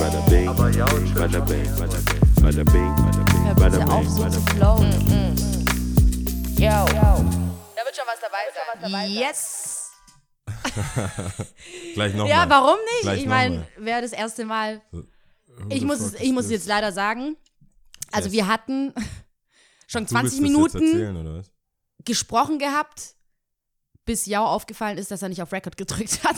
Aber ja, und schön. Bada bing, bada bing, bada bing, bada bing, Hör bada bitte auf, bing, so bada zu bing. flowen. Yo. Da wird schon was dabei sein. Yes. Gleich nochmal. Ja, warum nicht? Gleich ich meine, nochmal. wäre das erste Mal. Who Ich the muss, fuck es, is ich muss es this? jetzt leider sagen. Also Yes. wir hatten schon 20 Du willst das Jetzt Minuten erzählen, oder was? gesprochen gehabt, bis Jao aufgefallen ist, dass er nicht auf Record gedrückt hat.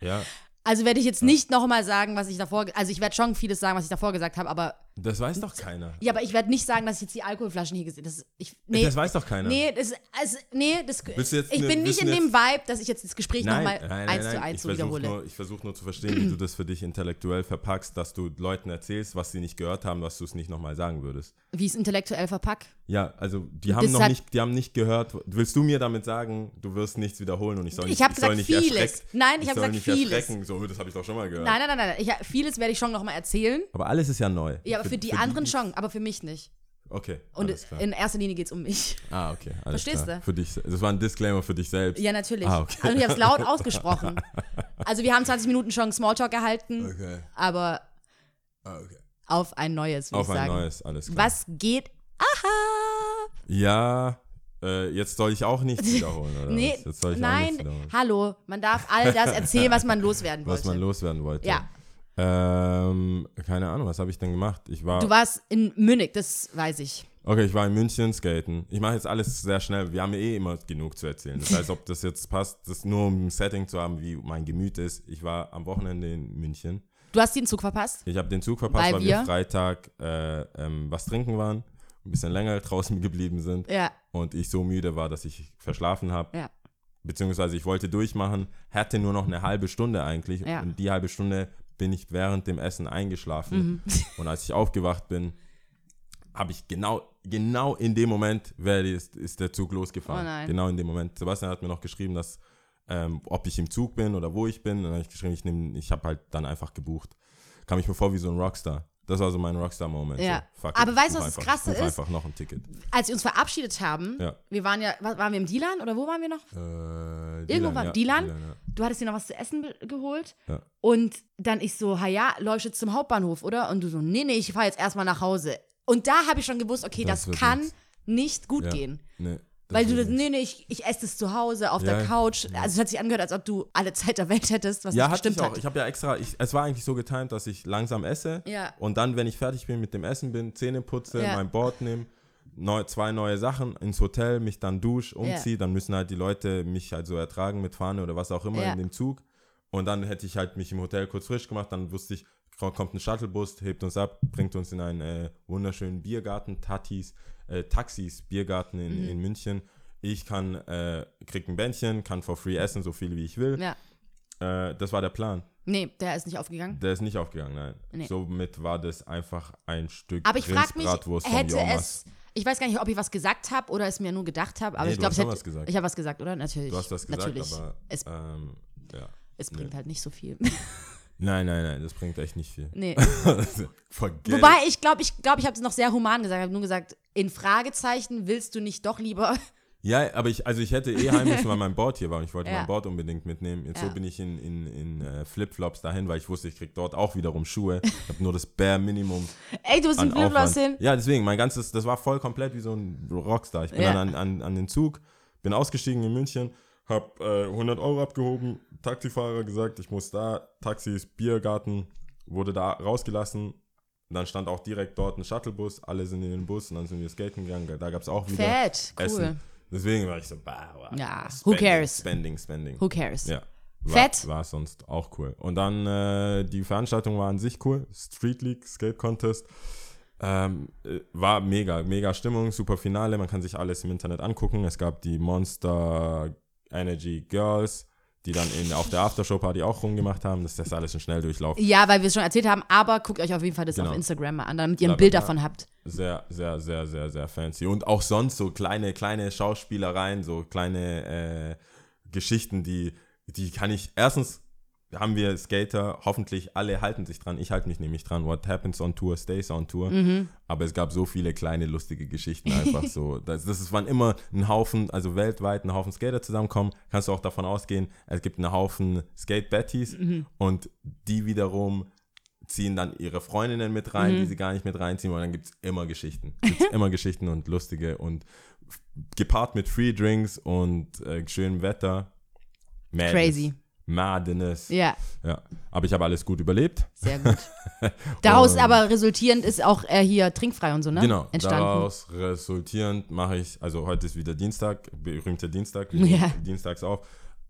Ja, Also werde ich jetzt nicht nochmal sagen, was ich davor, also ich werde schon vieles sagen, was ich davor gesagt habe, aber das weiß doch keiner. ja, aber ich werde nicht sagen, dass ich jetzt die Alkoholflaschen hier gesehen habe. Ich, nee, Das weiß doch keiner. nee, das, also, nee, das, Willst du jetzt ich eine- bin nicht willst in du dem Vibe, dass ich jetzt das Gespräch Nein, nochmal nein, nein, eins nein. zu eins ich so versuch wiederhole. Nur, ich versuche nur zu verstehen, wie du das für dich intellektuell verpackst, dass du Leuten erzählst, was sie nicht gehört haben, was du es nicht nochmal sagen würdest. Wie ich es intellektuell verpack. Ja, also die haben Das noch hat- nicht, die haben nicht gehört. Willst du mir damit sagen, du wirst nichts wiederholen und ich soll nicht, Ich hab soll gesagt, nicht vieles. erschrecken- Nein, ich hab soll gesagt, nicht vieles. erschrecken. So, das habe ich doch schon mal gehört. Nein, nein, nein, nein. Ich, vieles werde ich schon nochmal erzählen. Aber alles ist ja neu. Ja, aber für, die anderen schon, aber für mich nicht. Okay. Und alles klar. in erster Linie geht es um mich. ah, okay. Alles Verstehst klar. du? Für dich. se- Das war ein Disclaimer für dich selbst. Ja, natürlich. Ah, okay. Also ich habe es laut ausgesprochen. Also wir haben 20 Minuten schon Smalltalk gehalten, Okay. aber Ah, okay. auf ein neues, würde ich Auf ein sagen. neues, alles klar. Was geht? Aha! Ja, äh, jetzt soll ich auch nichts wiederholen, oder? Nee, was? jetzt soll ich auch nichts nein, wiederholen. hallo, man darf all das erzählen, was man loswerden wollte. Was man loswerden wollte. Ja. Ähm, keine Ahnung, was habe ich denn gemacht? Ich war. du warst in Münich, das weiß ich. Okay, ich war in München skaten. Ich mache jetzt alles sehr schnell. Wir haben eh immer genug zu erzählen. Das heißt, ob das jetzt passt, das nur um ein Setting zu haben, wie mein Gemüt ist. Ich war am Wochenende in München. Du hast den Zug verpasst? Ich habe den Zug verpasst, weil, Weil wir wir? Freitag äh, ähm, was trinken waren, ein bisschen länger draußen geblieben sind Ja, und ich so müde war, dass ich verschlafen habe. ja. Beziehungsweise ich wollte durchmachen, hatte nur noch eine halbe Stunde eigentlich Ja. und die halbe Stunde bin ich während dem Essen Mhm. eingeschlafen und als ich aufgewacht bin, habe ich genau, genau in dem Moment werde, ist, ist der Zug losgefahren. Oh nein. Genau in dem Moment. Sebastian hat mir noch geschrieben, dass ähm, ob ich im Zug bin oder wo ich bin. Und dann habe ich geschrieben, ich, nehm- ich habe halt dann einfach gebucht. Kam ich mir vor wie so ein Rockstar. Das war so mein Rockstar-Moment. Ja. So, fuck Aber it, weißt du, ich was das buch einfach, Krasse ich buch ist? einfach noch ein Ticket. Als wir uns verabschiedet haben, Ja. wir waren ja, wa- waren wir im Dilan oder wo waren wir noch? Äh, Irgendwo war Dilan? ja. Du hattest dir noch was zu essen be- geholt Ja. und dann ich so, ha ja, läufst jetzt zum Hauptbahnhof, oder? Und du so, nee, nee, ich fahre jetzt erstmal nach Hause. Und da habe ich schon gewusst, okay, Das das, wird kann nichts. nicht gut Ja. gehen. Nee, Weil du, deswegen- nee, nee, ich, ich esse das zu Hause auf Ja. der Couch. Also es hat sich angehört, als ob du alle Zeit der Welt hättest, was Ja, nicht hatte ich gestimmt auch. hat. Ich habe ja extra, ich, es war eigentlich so getimt, dass ich langsam esse Ja. und dann, wenn ich fertig bin mit dem Essen bin, Zähne putze, Ja. mein Board nehme, neu, zwei neue Sachen ins Hotel, mich dann dusch, umziehe, dann müssen halt die Leute mich halt so ertragen mit Fahne oder was auch immer Ja. in dem Zug und dann hätte ich halt mich im Hotel kurz frisch gemacht, dann wusste ich, ko- kommt ein Shuttlebus, hebt uns ab, bringt uns in einen äh, wunderschönen Biergarten, Tatis, äh, Taxis, Biergarten in, Mhm. in München. Ich kann, äh, krieg ein Bändchen, kann for free essen, so viel wie ich will. Ja. Äh, das war der Plan. Nee, der ist nicht aufgegangen. Der ist nicht aufgegangen, nein. Nee. Somit war das einfach ein Stück Aber ich frage mich, Rindsbratwurst vom hätte Jomas. es. Ich weiß gar nicht, ob ich was gesagt habe oder es mir nur gedacht habe, aber Nee, ich du glaube, hast ich schon hätte. was gesagt. Ich habe was gesagt, oder? Natürlich. Du hast das gesagt, Natürlich. aber es, ähm, ja. es bringt halt nicht so viel. Nein, nein, nein, das bringt echt nicht viel. nee. Forget Wobei, ich glaube, ich, glaub, ich habe es noch sehr human gesagt. Ich habe nur gesagt, in Fragezeichen willst du nicht doch lieber. Ja, aber ich, also ich hätte eh heim müssen, weil mein Board hier war und ich wollte Ja. mein Board unbedingt mitnehmen. Jetzt so Ja. bin ich in, in, in äh, Flipflops dahin, weil ich wusste, ich krieg dort auch wiederum Schuhe. Ich habe nur das Bare Minimum Ey, du bist an ein Flipflops Aufwand. hin. Ja, deswegen, mein ganzes, das war voll komplett wie so ein Rockstar. Ich bin Ja. dann an, an, an den Zug, bin ausgestiegen in München, hab äh, 100 Euro abgehoben, Taxifahrer gesagt, ich muss da, Taxis, Biergarten, wurde da rausgelassen. Dann stand auch direkt dort ein Shuttlebus, alle sind in den Bus und dann sind wir skaten gegangen. Da gab es auch wieder Fett, cool. Essen. Deswegen war ich so, bah, wow. Ja, who cares? Spending, spending. Who cares? Ja. Fett. War, war sonst auch cool. Und dann äh, die Veranstaltung war an sich cool. Street League, Skate Contest. Ähm, äh, war mega, mega Stimmung, super Finale. Man kann sich alles im Internet angucken. Es gab die Monster Energy Girls, die dann in, auf der Aftershow-Party auch rumgemacht haben. Das ist das alles ein Schnelldurchlauf. Ja, weil wir es schon erzählt haben, aber guckt euch auf jeden Fall das Genau. auf Instagram mal an, damit ihr ein Bla, bla, Bild bla. davon habt. Sehr, sehr, sehr, sehr, sehr fancy. Und auch sonst so kleine, kleine Schauspielereien, so kleine äh, Geschichten, die, die kann ich. Erstens haben wir Skater, hoffentlich alle halten sich dran. Ich halte mich nämlich dran. What happens on Tour stays on Tour. Aber es gab so viele kleine lustige Geschichten einfach so. Das, das ist, wann immer ein Haufen, also weltweit ein Haufen Skater zusammenkommen, kannst du auch davon ausgehen, es gibt einen Haufen Skate-Betties und die wiederum ziehen dann ihre Freundinnen mit rein, die sie gar nicht mit reinziehen wollen. Dann gibt es immer Geschichten. Gibt's immer Geschichten und lustige und f- gepaart mit Free Drinks und äh, schönem Wetter. Madness. Crazy. Madness. Ja, Ja. Aber ich habe alles gut überlebt. sehr gut. Daraus Und- aber resultierend ist auch äh, hier trinkfrei und so, ne? Genau, Entstanden. daraus resultierend mache ich, also heute ist wieder Dienstag, berühmter Dienstag, wir Ja. nehmen dienstags auf.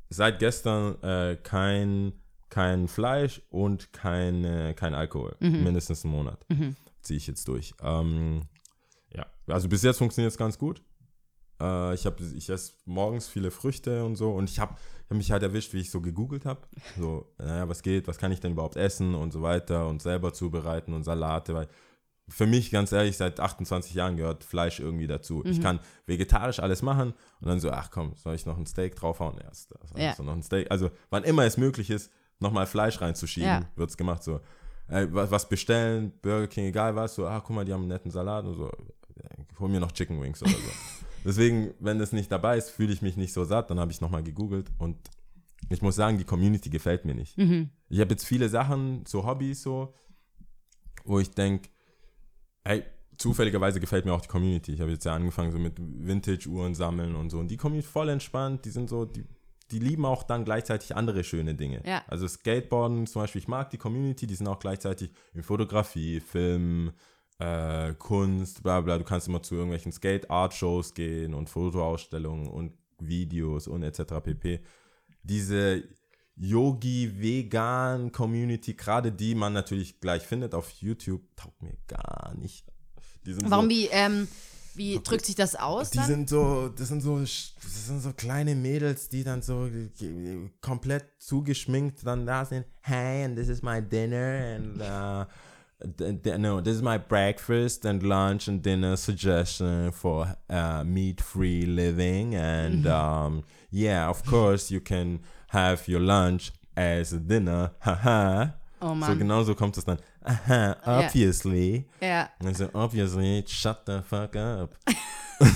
Seit gestern äh, kein, kein Fleisch und kein, äh, kein Alkohol. Mhm. Mindestens einen Monat ziehe ich jetzt durch. Ähm, ja, also bis jetzt funktioniert es ganz gut. Äh, ich habe ich esse morgens viele Früchte und so und ich habe ich hab mich halt erwischt, wie ich so gegoogelt habe. So, naja, was geht, was kann ich denn überhaupt essen und so weiter und selber zubereiten und Salate, weil für mich, ganz ehrlich, seit 28 Jahren gehört Fleisch irgendwie dazu. Ich kann vegetarisch alles machen und dann so, ach komm, soll ich noch ein Steak draufhauen? Erst Ja. also noch ein Steak. Also, wann immer es möglich ist, nochmal Fleisch reinzuschieben, Ja. wird es gemacht. So, äh, was, was bestellen, Burger King, egal was, so, ah, guck mal, die haben einen netten Salat und so, ich hol mir noch Chicken Wings oder so. Deswegen, wenn das nicht dabei ist, fühle ich mich nicht so satt. Dann habe ich nochmal gegoogelt und ich muss sagen, die Community gefällt mir nicht. Ich habe jetzt viele Sachen, so Hobbys, so, wo ich denke, hey, zufälligerweise gefällt mir auch die Community. Ich habe jetzt ja angefangen so mit Vintage-Uhren sammeln und so. Und die Community voll entspannt, die sind so, die, die lieben auch dann gleichzeitig andere schöne Dinge. Ja. Also Skateboarden zum Beispiel, ich mag die Community, die sind auch gleichzeitig in Fotografie, Film, äh, Kunst, bla bla. Du kannst immer zu irgendwelchen Skate-Art-Shows gehen und Fotoausstellungen und Videos und etc. pp. Diese Yogi-Vegan-Community, gerade die man natürlich gleich findet auf YouTube, taugt mir gar nicht. Die sind Warum, so, wie, ähm, wie drückt sich das aus die dann? sind so, das sind so, sch- das sind so kleine Mädels, die dann so ge- komplett zugeschminkt dann da sind. Hey, and this is my dinner and uh, th- th- no, this is my breakfast and lunch and dinner suggestion for uh, meat-free living and Mm-hmm. um, yeah, of course you can have your lunch as a dinner. Haha. Oh so Mann. genau so kommt es dann. Aha, Ja. obviously. ja. Und ich so, obviously, shut the fuck up.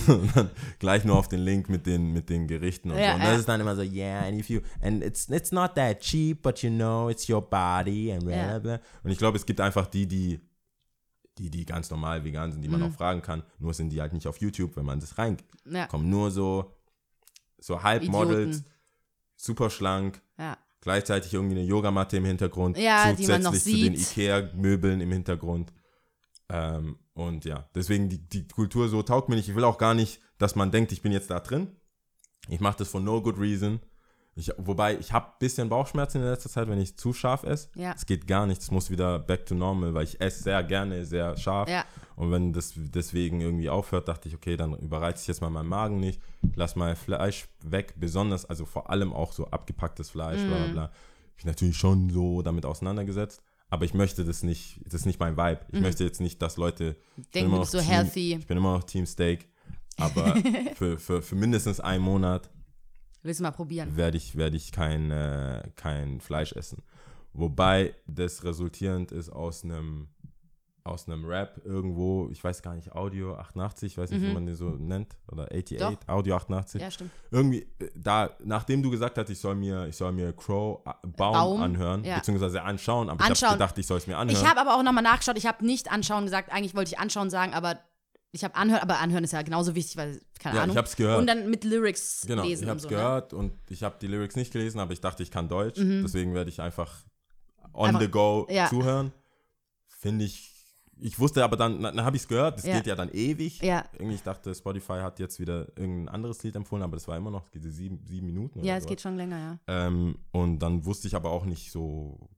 und dann gleich nur auf den Link mit den, mit den Gerichten und Ja, so. Und das ja. ist dann immer so, yeah, and if you, and it's, it's not that cheap, but you know, it's your body and bla Ja. bla bla. Und ich glaube, es gibt einfach die, die, die, die ganz normal vegan sind, die Mhm. man auch fragen kann. Nur sind die halt nicht auf YouTube, wenn man das reinkommt. Ja. Nur so, so Halbmodels, Idioten. super schlank, Ja. gleichzeitig irgendwie eine Yogamatte im Hintergrund, Ja, die man noch zusätzlich zu den sieht. Ikea-Möbeln im Hintergrund. Ähm, und ja, deswegen die, die Kultur so taugt mir nicht. Ich will auch gar nicht, dass man denkt, ich bin jetzt da drin. Ich mache das for no good reason. Ich, wobei, ich habe ein bisschen Bauchschmerzen in letzter Zeit, wenn ich zu scharf esse. Ja. Es geht gar nicht. Es muss wieder back to normal, weil ich esse sehr gerne sehr scharf. Ja. Und wenn das deswegen irgendwie aufhört, dachte ich, okay, dann überreize ich jetzt mal meinen Magen nicht, lass mal Fleisch weg, besonders, also vor allem auch so abgepacktes Fleisch, bla Mhm. bla bla. Ich natürlich schon so damit auseinandergesetzt, aber ich möchte das nicht, das ist nicht mein Vibe. Ich möchte jetzt nicht, dass Leute ich bin Mhm. Denken, immer du noch bist so Team, healthy. Ich bin immer noch Team Steak, aber für, für, für mindestens einen Monat Willst du mal probieren? werde ich, werde ich kein, äh, kein Fleisch essen. Wobei das resultierend ist aus einem aus einem Rap irgendwo, ich weiß gar nicht, Audio 88, ich weiß nicht, wie man den so nennt, oder Mhm. 88, Doch. Audio 88. Ja, stimmt. Irgendwie, äh, da, nachdem du gesagt hast, ich soll mir, ich soll mir Crow äh, Baum, Baum, anhören, ja. beziehungsweise anschauen, aber ich Anschauen. habe gedacht, ich soll es mir anhören. Ich habe aber auch nochmal nachgeschaut. Ich habe nicht anschauen gesagt. Eigentlich wollte ich anschauen sagen, aber ich habe anhören. Aber anhören ist ja genauso wichtig, weil, keine Ja, ich Ahnung. hab's gehört. Und dann mit Lyrics Genau, lesen ich und habe es so. ne? gehört und ich habe die Lyrics nicht gelesen, aber ich dachte, ich kann Deutsch. Deswegen werde ich einfach on Mhm. Einfach- the go ja. zuhören. Finde ich. Ich wusste aber dann, dann habe ich es gehört, das Ja. geht ja dann ewig. Ja. Irgendwie, ich dachte, Spotify hat jetzt wieder irgendein anderes Lied empfohlen, aber das war immer noch diese sieben, sieben Minuten. Ne? Oder Ja, es sowas. geht schon länger, ja. Ähm, und dann wusste ich aber auch nicht so,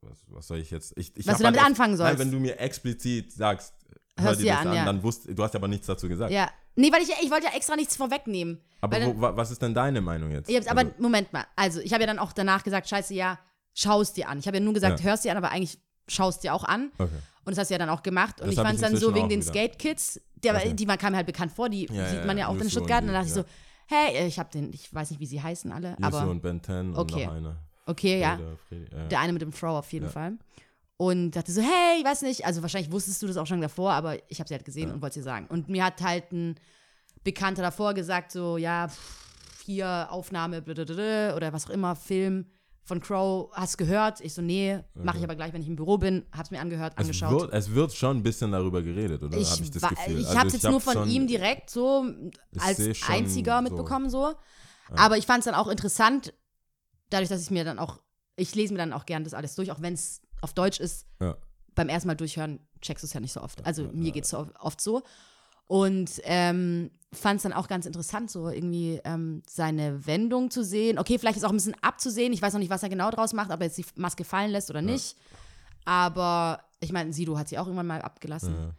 was, was soll ich jetzt. Ich, ich Was hab du damit oft- anfangen sollst. Nein, wenn du mir explizit sagst, hör Hörst dir dir das an, an, ja. dann wusste, du hast aber nichts dazu gesagt. Ja. Nee, weil ich, ich wollte ja extra nichts vorwegnehmen. Aber weil dann, wo, wa- was ist denn deine Meinung jetzt? ich hab's, aber Also- Moment mal. Also, ich habe ja dann auch danach gesagt, scheiße, ja, schaust dir an. Ich habe ja nur gesagt, Ja. hörst dir an, aber eigentlich schaust dir auch an. Okay. Und das hast du ja dann auch gemacht. Und Das ich hab fand es ich dann so inzwischen wegen auch den wieder. Skate-Kids, der, Okay. die man kam mir halt bekannt vor, die Ja, sieht ja, man ja ja, auch dann in Yusu und Stuttgart. Und dann dachte die, ich so, ja. hey, ich habe den, ich weiß nicht, wie sie heißen alle, Jussi aber und Ben 10 Okay. und noch einer. okay, ja. Freda, äh, Fredi, ja. genau. Der eine mit dem Throw auf jeden Ja. Fall. Und dachte so, hey, ich weiß nicht, also wahrscheinlich wusstest du das auch schon davor, aber ich habe sie halt gesehen und wollte sie sagen. Und mir hat halt ein Bekannter davor gesagt, so, ja, pff, hier Aufnahme, blablabla, oder was auch immer, Film, von Crow, hast du gehört? Ich so, nee, mache ich aber gleich, wenn ich im Büro bin, hab's mir angehört, Es angeschaut. Also wird, es wird schon ein bisschen darüber geredet, oder? Habe ich das wa- Gefühl. Ich Also habe es jetzt hab nur von schon- ihm direkt so Ich seh als schon einziger so. mitbekommen so. Aber ich fand es dann auch interessant, dadurch, dass ich mir dann auch, ich lese mir dann auch gern das alles durch, auch wenn es auf Deutsch ist. Ja. Beim ersten Mal durchhören checkst du es ja nicht so oft. Also mir geht es so oft so. Und ähm, fand es dann auch ganz interessant, so irgendwie ähm, seine Wendung zu sehen. Okay, vielleicht ist auch ein bisschen abzusehen. Ich weiß noch nicht, was er genau draus macht, ob er jetzt die Maske fallen lässt oder nicht. Aber ich meine, Sido hat sie auch irgendwann mal abgelassen. Ja.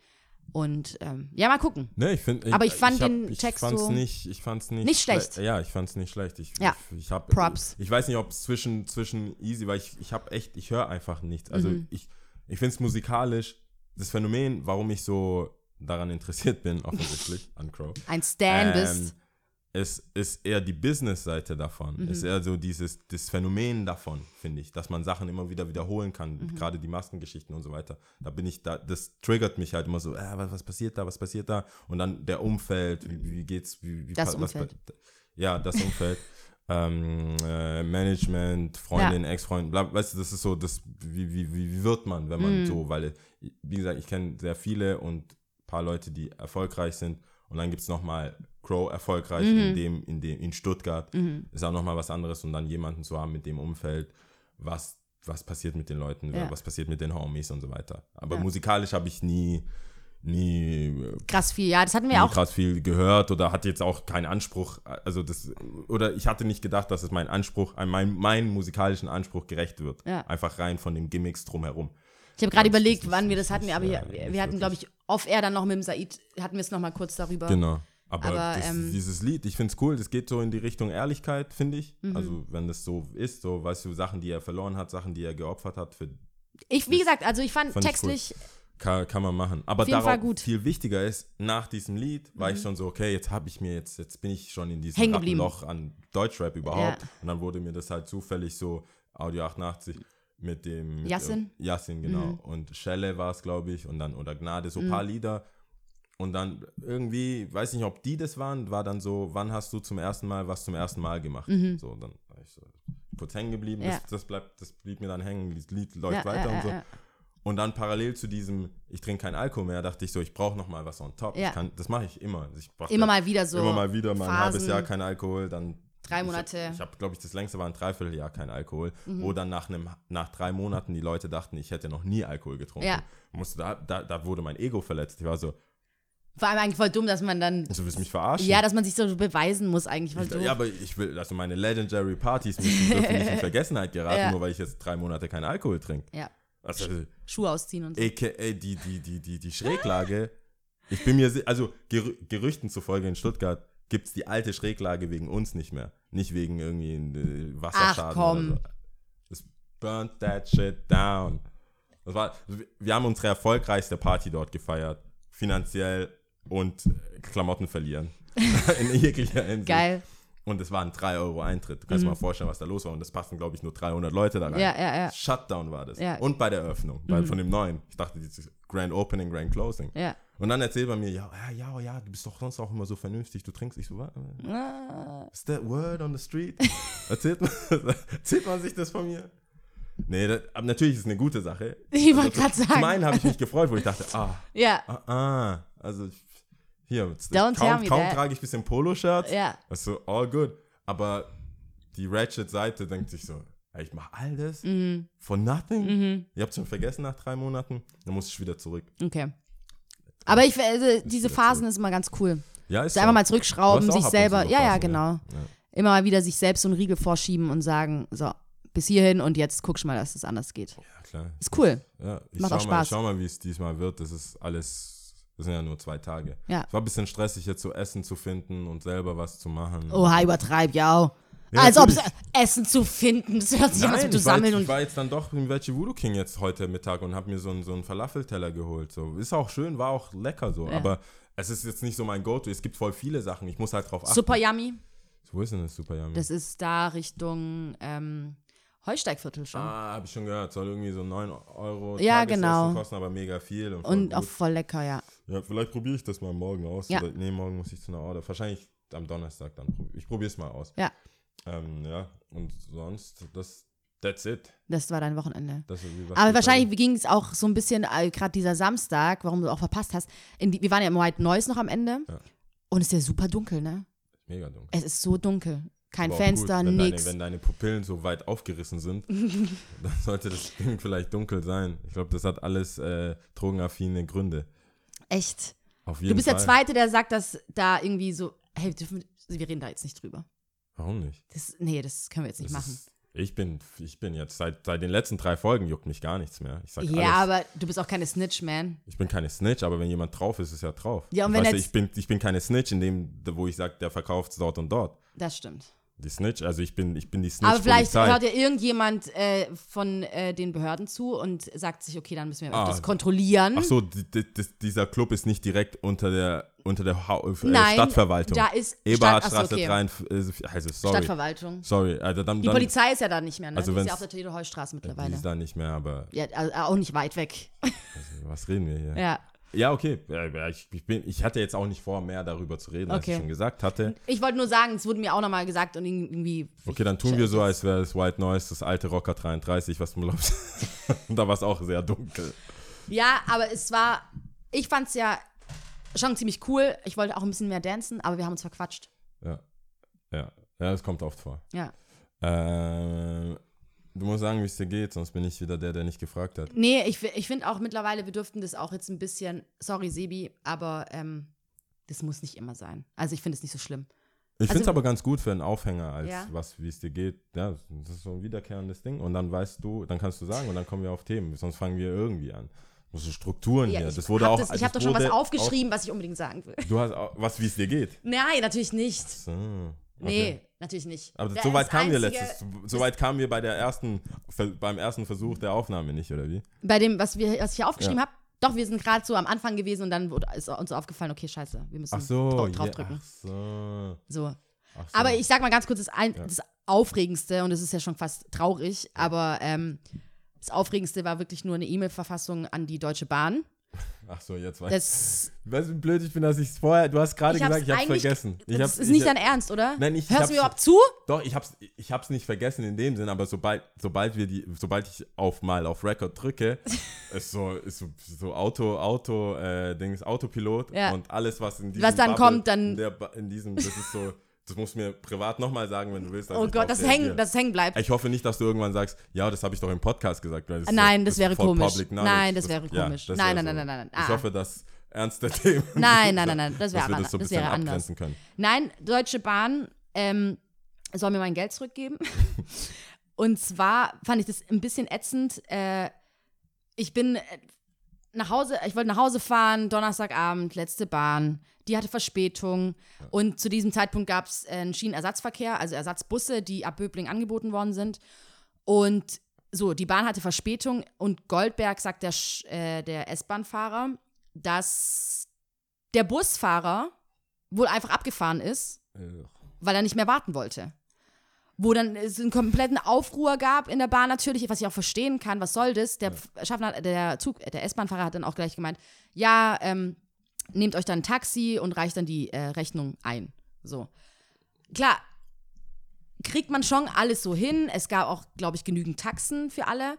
Und ähm, ja, mal gucken. Ne, ich find, Aber ich fand den ich Text fand's so nicht, ich fand's nicht, nicht schle- schlecht. Ja, ich fand's nicht schlecht. Ich, Ja. ich, ich hab, Props. Ich weiß nicht, ob es zwischen, zwischen easy, weil ich, ich habe echt, ich höre einfach nichts. Also Mhm. ich, ich finde es musikalisch das Phänomen, warum ich so daran interessiert bin, offensichtlich, an Crow. Ein Stan Ähm, bist. es ist eher die Business-Seite davon. Es Mhm. ist eher so dieses das Phänomen davon, finde ich, dass man Sachen immer wieder wiederholen kann, Mhm. gerade die Maskengeschichten und so weiter. Da bin ich da, das triggert mich halt immer so, äh, was, was passiert da, was passiert da? Und dann der Umfeld, wie, wie geht's, wie, wie Das pa- was pa- Umfeld. ja, das Umfeld. ähm, äh, Management, Freundin, Ex-Freundin, bla, weißt du, das ist so, das, wie, wie, wie wie wird man, wenn Mhm. man so, weil, wie gesagt, ich kenne sehr viele und ein paar Leute, die erfolgreich sind und dann gibt es nochmal Crow erfolgreich Mhm. in dem, in dem, in Stuttgart, ist auch nochmal was anderes und dann jemanden zu haben mit dem Umfeld, was, was passiert mit den Leuten, Ja. was passiert mit den Homies und so weiter. Aber Ja. musikalisch habe ich nie, nie äh, Krass viel. Ja, das hatten wir nie auch. krass viel gehört oder hatte jetzt auch keinen Anspruch, also das, oder ich hatte nicht gedacht, dass es mein Anspruch, an mein, meinen musikalischen Anspruch gerecht wird. Ja. Einfach rein von den Gimmicks drumherum. Ich habe gerade das ist überlegt, nicht- wann wir nicht- das hatten, nicht, aber ja, wir, nicht wir hatten, glaube ich, off-air dann noch mit dem Said, hatten wir es nochmal kurz darüber. Genau. Aber, Aber, das, ähm, dieses Lied, ich finde es cool, das geht so in die Richtung Ehrlichkeit, finde ich. Mhm. Also, wenn das so ist, so, weißt du, Sachen, die er verloren hat, Sachen, die er geopfert hat, für, Ich, wie gesagt, also ich fand, Fand ich textlich, kann, kann man machen. Aber Auf jeden darauf Fall gut. Mhm. viel wichtiger ist, nach diesem Lied war ich schon so, okay, jetzt habe ich mir jetzt, jetzt bin ich schon in diesem Hängen geblieben. Loch an Deutschrap überhaupt. Ja. Und dann wurde mir das halt zufällig so Audio 88 mit dem mit, Yassin? Mhm. äh, Yassin, genau. Und Schelle war es, glaube ich, und dann oder Gnade, so ein paar Lieder. Und dann irgendwie, weiß nicht, ob die das waren, war dann so, wann hast du zum ersten Mal was zum ersten Mal gemacht? So, dann war ich so kurz hängen geblieben. Mhm. Ja. Das, das, bleibt, das blieb mir dann hängen, das Lied läuft Ja, weiter ja, und so. ja, ja. Und dann parallel zu diesem, ich trinke keinen Alkohol mehr, dachte ich so, ich brauche noch mal was on top. Ja. Ich kann, das mache ich immer. Ich brauch immer da- mal wieder so. immer mal wieder, mal ein Phasen. halbes Jahr kein Alkohol, dann Drei ich- Monate. Mhm. Ich, habe, glaube ich, das längste war ein Dreivierteljahr kein Alkohol, wo dann nach einem nach drei Monaten die Leute dachten, ich hätte noch nie Alkohol getrunken. Ja. Musste da, da, da wurde mein Ego verletzt. Ich war so, Vor allem eigentlich voll dumm, dass man dann, du willst mich verarschen. ja, dass man sich so beweisen muss eigentlich. Voll doof. ja, aber ich will, also meine Legendary Partys müssen dürfen nicht in Vergessenheit geraten, Ja. nur weil ich jetzt drei Monate keinen Alkohol trinke. Ja. Also, Schuhe ausziehen und so. AKA die, die, die, die, die Schräglage. Ich bin mir si- also Gerü Gerüchten zufolge in Stuttgart gibt es die alte Schräglage wegen uns nicht mehr. Nicht wegen irgendwie äh, Wasserschaden. Ach, komm. Oder so. Das burnt that shit down. Das war, wir haben unsere erfolgreichste Party dort gefeiert. Finanziell und äh, Klamotten verlieren. in jeglicher Hinsicht. Geil. Mhm. Und es waren 3 Euro Eintritt. Du kannst dir mal vorstellen, was da los war. Und das passten, glaube ich, nur 300 Leute da rein. Ja, ja, ja. Shutdown war das. Ja. Mhm. Und bei der Eröffnung, bei, von dem neuen. Ich dachte, dieses Grand Opening, Grand Closing. Ja. Und dann erzählt man mir, ja, ja, ja, ja, du bist doch sonst auch immer so vernünftig, du trinkst. Ich so, was? Is that word on the street? erzählt, man, erzählt man sich das von mir? Nee, das, aber natürlich ist es eine gute Sache. Also, Ich wollte gerade Zum sagen. einen habe ich mich gefreut, wo ich dachte, ah, Ja, ah, ah. Also, hier, Don't tell kaum, me kaum that. trage ich ein bisschen Poloshirts. ja. Also all good. Aber die Ratchet-Seite denkt sich so, ey, ich mach all das Mhm. for nothing. Ihr habt schon vergessen nach drei Monaten, dann muss ich wieder zurück. Okay. Aber ich, also, diese wieder Phasen ist immer ganz cool. Ja, ist So so. einfach mal Du zurückschrauben, hast auch sich ab und selber, zu so ja, ja, Phasen, genau. ja. Ja. Immer mal wieder sich selbst so einen Riegel vorschieben und sagen, so, bis hierhin und jetzt guck schon mal, dass es anders geht. ja, klar. Ist cool. Ja, Macht ich schau auch mal, ich Spaß. schau mal, wie es diesmal wird. Das ist alles, das sind ja nur zwei Tage. Ja. Es war ein bisschen stressig, jetzt so Essen zu finden und selber was zu machen. Oha, übertreib, ja. Ja, Als ob natürlich. Essen zu finden, das hört sich an, als ob Nein, du ich war, sammeln jetzt, ich und. war jetzt dann doch im Veggie Voodoo King jetzt heute Mittag und habe mir so einen, so einen Falafelteller geholt. So. Ist auch schön, war auch lecker so, aber es ist jetzt nicht so mein Go-To. Es gibt voll viele Sachen, ich muss halt drauf achten. Super Yummy. Wo ist denn das Super Yummy? Das ist da Richtung ähm, Heusteigviertel schon. ah, habe ich schon gehört. Soll irgendwie so 9 Euro Ja, Tagesessen genau. kosten, aber mega viel. Und, voll und gut. auch voll lecker, ja. ja, vielleicht probiere ich das mal morgen aus. Ja. Oder, nee, morgen muss ich zu einer Order. Wahrscheinlich am Donnerstag dann. prob- Ich probiere es mal aus. Ja. Ähm, ja, und sonst, das, That's it. Das war dein Wochenende. Das ist wie was Aber ich wahrscheinlich ging es auch so ein bisschen, äh, gerade dieser Samstag, warum du auch verpasst hast. In die, wir waren ja im White Noise noch am Ende. Ja. Und es ist ja super dunkel, ne? sage. Mega dunkel. Es ist so dunkel. Kein Aber auch Fenster, gut, wenn nix. Deine, wenn deine Pupillen so weit aufgerissen sind, dann sollte das Ding vielleicht dunkel sein. Ich glaube, das hat alles äh, drogenaffine Gründe. Echt. Auf jeden Du bist Fall. der Zweite, der sagt, dass da irgendwie so, hey, dürfen, wir reden da jetzt nicht drüber. Warum nicht? Das, nee, das können wir jetzt nicht Das machen. ist, ich bin, ich bin jetzt seit, seit den letzten drei Folgen juckt mich gar nichts mehr. Ich sag Ja, halt alles. aber du bist auch keine Snitch, man. Ich bin keine Snitch, aber wenn jemand drauf ist, ist er drauf. Ja, und Ich wenn weiß jetzt- ich, bin, ich bin keine Snitch, in dem, wo ich sage, der verkauft dort und dort. Das stimmt. Die Snitch, also ich bin, ich bin die Snitch. Aber vielleicht Polizei. hört ja irgendjemand äh, von äh, den Behörden zu und sagt sich, okay, dann müssen wir Ah. das kontrollieren. Ach so, die, die, das- dieser Club ist nicht direkt unter der, unter der ha äh, Nein, Stadtverwaltung. da ist Stadt- Eberhardstraße ach so, okay. 43, äh, also sorry. Stadtverwaltung. Sorry, also dann, Die dann Polizei ist ja da nicht mehr, ne? Also die ist wenn's- ja auf der Theodor-Heuss-Straße die mittlerweile. ist da nicht mehr, aber Ja, also auch nicht weit weg. was reden wir hier? ja. Ja, okay. Ja, ja, Ich, ich, bin, ich hatte jetzt auch nicht vor, mehr darüber zu reden, als Okay. ich schon gesagt hatte. Ich wollte nur sagen, es wurde mir auch nochmal gesagt und irgendwie. Okay, dann tun wir so, als wäre es White Noise, das alte Rocker 33, was man läuft. Und da war es auch sehr dunkel. Ja, aber es war. Ich fand es ja schon ziemlich cool. Ich wollte auch ein bisschen mehr dancen, aber wir haben uns verquatscht. Ja. Ja, ja das kommt oft vor. Ja. Ähm, du musst sagen, wie es dir geht, sonst bin ich wieder der, der nicht gefragt hat. Nee, ich, fi- ich finde auch mittlerweile, wir dürften das auch jetzt ein bisschen. Sorry, Sebi, aber ähm, das muss nicht immer sein. Also ich finde es nicht so schlimm. Ich Also- finde es aber ganz gut für einen Aufhänger, als Ja. was, wie es dir geht. Ja, das ist so ein wiederkehrendes Ding. Und dann weißt du, dann kannst du sagen und dann kommen wir auf Themen. Sonst fangen wir irgendwie an. Das sind Strukturen Ja, hier. ich Das wurde hab auch. das, ich habe doch das schon was wurde aufgeschrieben, was ich unbedingt sagen will. Auf, du hast auch, was, wie es dir geht. Nein, natürlich nicht. So, okay. Nee, natürlich nicht. Aber Da so weit ist kamen wir einzige- letztes. So weit kamen wir bei der ersten, beim ersten Versuch der Aufnahme nicht, oder wie? Bei dem, was, wir, was ich hier aufgeschrieben Ja. habe, doch, wir sind gerade so am Anfang gewesen und dann wurde, ist uns so aufgefallen, okay, scheiße, wir müssen Ach so, drau- drauf ja, drücken. Ach so, So. ach so. Aber ich sag mal ganz kurz, das, ein, das Aufregendste, und es ist ja schon fast traurig, aber ähm, das Aufregendste war wirklich nur eine E-Mail-Verfassung an die Deutsche Bahn. Ach so, jetzt weiß ich. Das, Weißt du, wie blöd ich bin, dass ich es vorher. Du hast gerade Ich hab's gesagt, ich hab's eigentlich- vergessen. Ich das hab's, ist ich, nicht dein Ernst, oder? Nein, ich- ich Hörst du mir überhaupt hab's- zu? Doch, ich hab's, ich hab's nicht vergessen in dem Sinn, aber sobald, sobald wir die, sobald ich auf mal auf Record drücke, ist so, ist so, so Auto, Auto, äh, Dings, Autopilot Ja. und alles, was in diesem Was dann Bubble, kommt, dann- in, der, Ba- in diesem, das ist so, das musst du mir privat nochmal sagen, wenn du willst. dass Oh ich Gott, drauf das hängen, reagiere. das hängen bleibt. Ich hoffe nicht, dass du irgendwann sagst, ja, das habe ich doch im Podcast gesagt. Weil ist Nein, so- das wäre voll komisch. public knowledge. Nein, das wäre komisch. das Nein, wäre nein, nein, nein, nein, nein. Ich Ah. hoffe, dass ernste Themen. Nein, nein, nein, nein, das wäre dass wir anders. das so ein Das bisschen wäre anders. abgrenzen können. Nein, Deutsche Bahn ähm, soll mir mein Geld zurückgeben. Und zwar fand ich das ein bisschen ätzend. Äh, ich bin äh, nach Hause, ich wollte nach Hause fahren, Donnerstagabend, letzte Bahn. Die hatte Verspätung. Und zu diesem Zeitpunkt gab es äh, einen Schienenersatzverkehr, also Ersatzbusse, die ab Böbling angeboten worden sind. Und so, die Bahn hatte Verspätung und Goldberg sagt der, Sch- äh, der S-Bahn-Fahrer, dass der Busfahrer wohl einfach abgefahren ist, Äh, weil er nicht mehr warten wollte. Wo dann es einen kompletten Aufruhr gab in der Bahn natürlich, was ich auch verstehen kann, was soll das? Der Schaffner, der Zug, der S-Bahn-Fahrer hat dann auch gleich gemeint, ja, ähm, nehmt euch dann ein Taxi und reicht dann die äh, Rechnung ein. So. Klar, kriegt man schon alles so hin. Es gab auch, glaube ich, genügend Taxen für alle.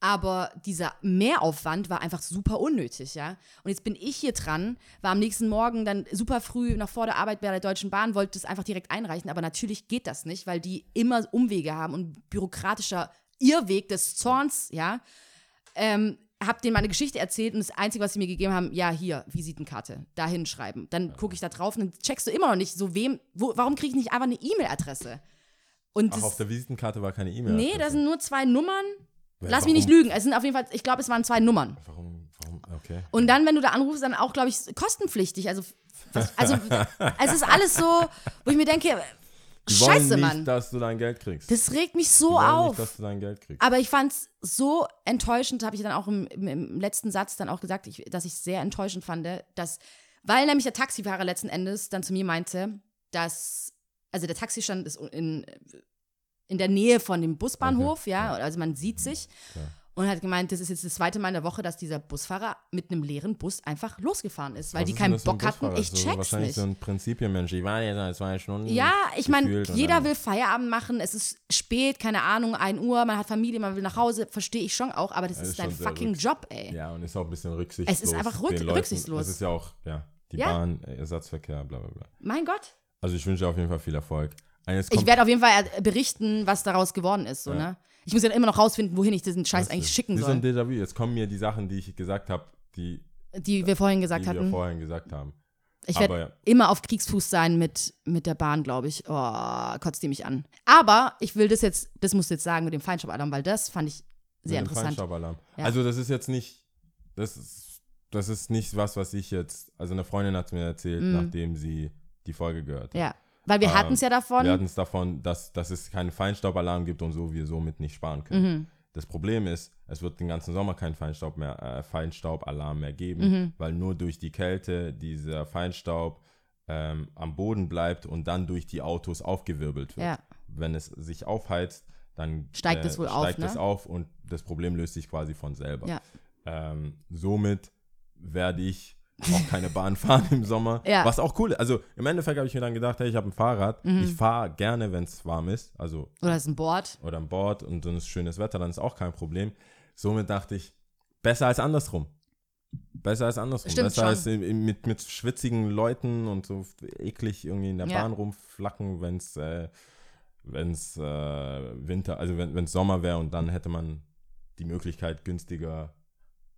Aber dieser Mehraufwand war einfach super unnötig, ja. Und jetzt bin ich hier dran, war am nächsten Morgen dann super früh noch vor der Arbeit bei der Deutschen Bahn, wollte es einfach direkt einreichen, aber natürlich geht das nicht, weil die immer Umwege haben und bürokratischer Irrweg des Zorns, ja. Ähm, hab denen meine Geschichte erzählt und das Einzige, was sie mir gegeben haben, ja, hier, Visitenkarte, da hinschreiben. Dann gucke ich da drauf und dann checkst du immer noch nicht, so wem, wo, warum kriege ich nicht einfach eine E-Mail-Adresse? Und Ach, das, auf der Visitenkarte war keine E-Mail. nee, da sind nur zwei Nummern. Weil Lass mich nicht warum- lügen. Es sind auf jeden Fall, ich glaube, es waren zwei Nummern. Warum, warum, okay. Und dann, wenn du da anrufst, dann auch, glaube ich, kostenpflichtig. Also, was, also es ist alles so, wo ich mir denke, Die wollen scheiße, nicht, Mann. dass du dein Geld kriegst. Das regt mich Die so wollen auf. Nicht, dass du dein Geld kriegst. Aber ich fand es so enttäuschend, habe ich dann auch im, im, im letzten Satz dann auch gesagt, ich, dass ich es sehr enttäuschend fand, dass, weil nämlich der Taxifahrer letzten Endes dann zu mir meinte, dass, also der Taxistand ist in, in der Nähe von dem Busbahnhof, ja, also man sieht sich. und hat gemeint, das ist jetzt das zweite Mal in der Woche, dass dieser Busfahrer mit einem leeren Bus einfach losgefahren ist, weil Was die ist denn keinen das für ein Bock hatten. Busfahrer? Ich So check's Wahrscheinlich nicht. so ein Prinzipienmensch. Ich war jetzt seit zwei Stunden. Ja, ich meine, Hm, gefühlt und jeder dann- will Feierabend machen, es ist spät, keine Ahnung, 1 Uhr, man hat Familie, man will nach Hause, verstehe ich schon auch, aber das ist ist dein schon sehr fucking rücks- Job, ey. Ja, und ist auch ein bisschen rücksichtslos. Es ist einfach den rück- Leuten. rücksichtslos. Es ist ja auch, ja, die Ja. Bahn, Ersatzverkehr, bla bla bla. Mein Gott. Also ich wünsche auf jeden Fall viel Erfolg. Eines Ich werde auf jeden Fall äh, berichten, was daraus geworden ist, so, ne? Ich muss ja immer noch rausfinden, wohin ich diesen Scheiß eigentlich schicken wie soll, so ein Déjà-vu. Jetzt kommen mir die Sachen, die ich gesagt habe, die, die wir vorhin die gesagt wir hatten. vorhin gesagt haben. Ich Aber ja. werde immer auf Kriegsfuß sein mit, mit der Bahn, glaube ich. Oh, kotzt die mich an. Aber ich will das jetzt, das musst du jetzt sagen mit dem Feinstaubalarm, weil das fand ich sehr Mit dem interessant. Feinstaubalarm. Ja. Also das ist jetzt nicht, das ist, das ist nicht was, was ich jetzt, also eine Freundin hat es mir erzählt, Mhm. nachdem sie die Folge gehört hat. Ja. Weil wir hatten es ja davon. Ah, Wir hatten es davon, dass, dass es keinen Feinstaubalarm gibt und so wir somit nicht sparen können. Mhm. Das Problem ist, es wird den ganzen Sommer keinen Feinstaub mehr, äh, Feinstaubalarm mehr geben, Mhm. weil nur durch die Kälte dieser Feinstaub ähm, am Boden bleibt und dann durch die Autos aufgewirbelt wird. Ja. Wenn es sich aufheizt, dann äh, Steigt es wohl auf, steigt ne? es auf und das Problem löst sich quasi von selber. Ja. Ähm, somit werde ich auch keine Bahn fahren im Sommer. Ja. Was auch cool ist. Also im Endeffekt habe ich mir dann gedacht, hey, ich habe ein Fahrrad. Ich fahre gerne, wenn es warm ist. Also Oder ist ein Board. oder an Bord und dann ist schönes Wetter, dann ist auch kein Problem. Somit dachte ich, besser als andersrum. Besser als andersrum. Stimmt besser schon. als im- im- mit, mit schwitzigen Leuten und so eklig irgendwie in der Ja. Bahn rumflacken, wenn es äh, wenn's, äh, Winter, also wenn es Sommer wäre und dann hätte man die Möglichkeit, günstiger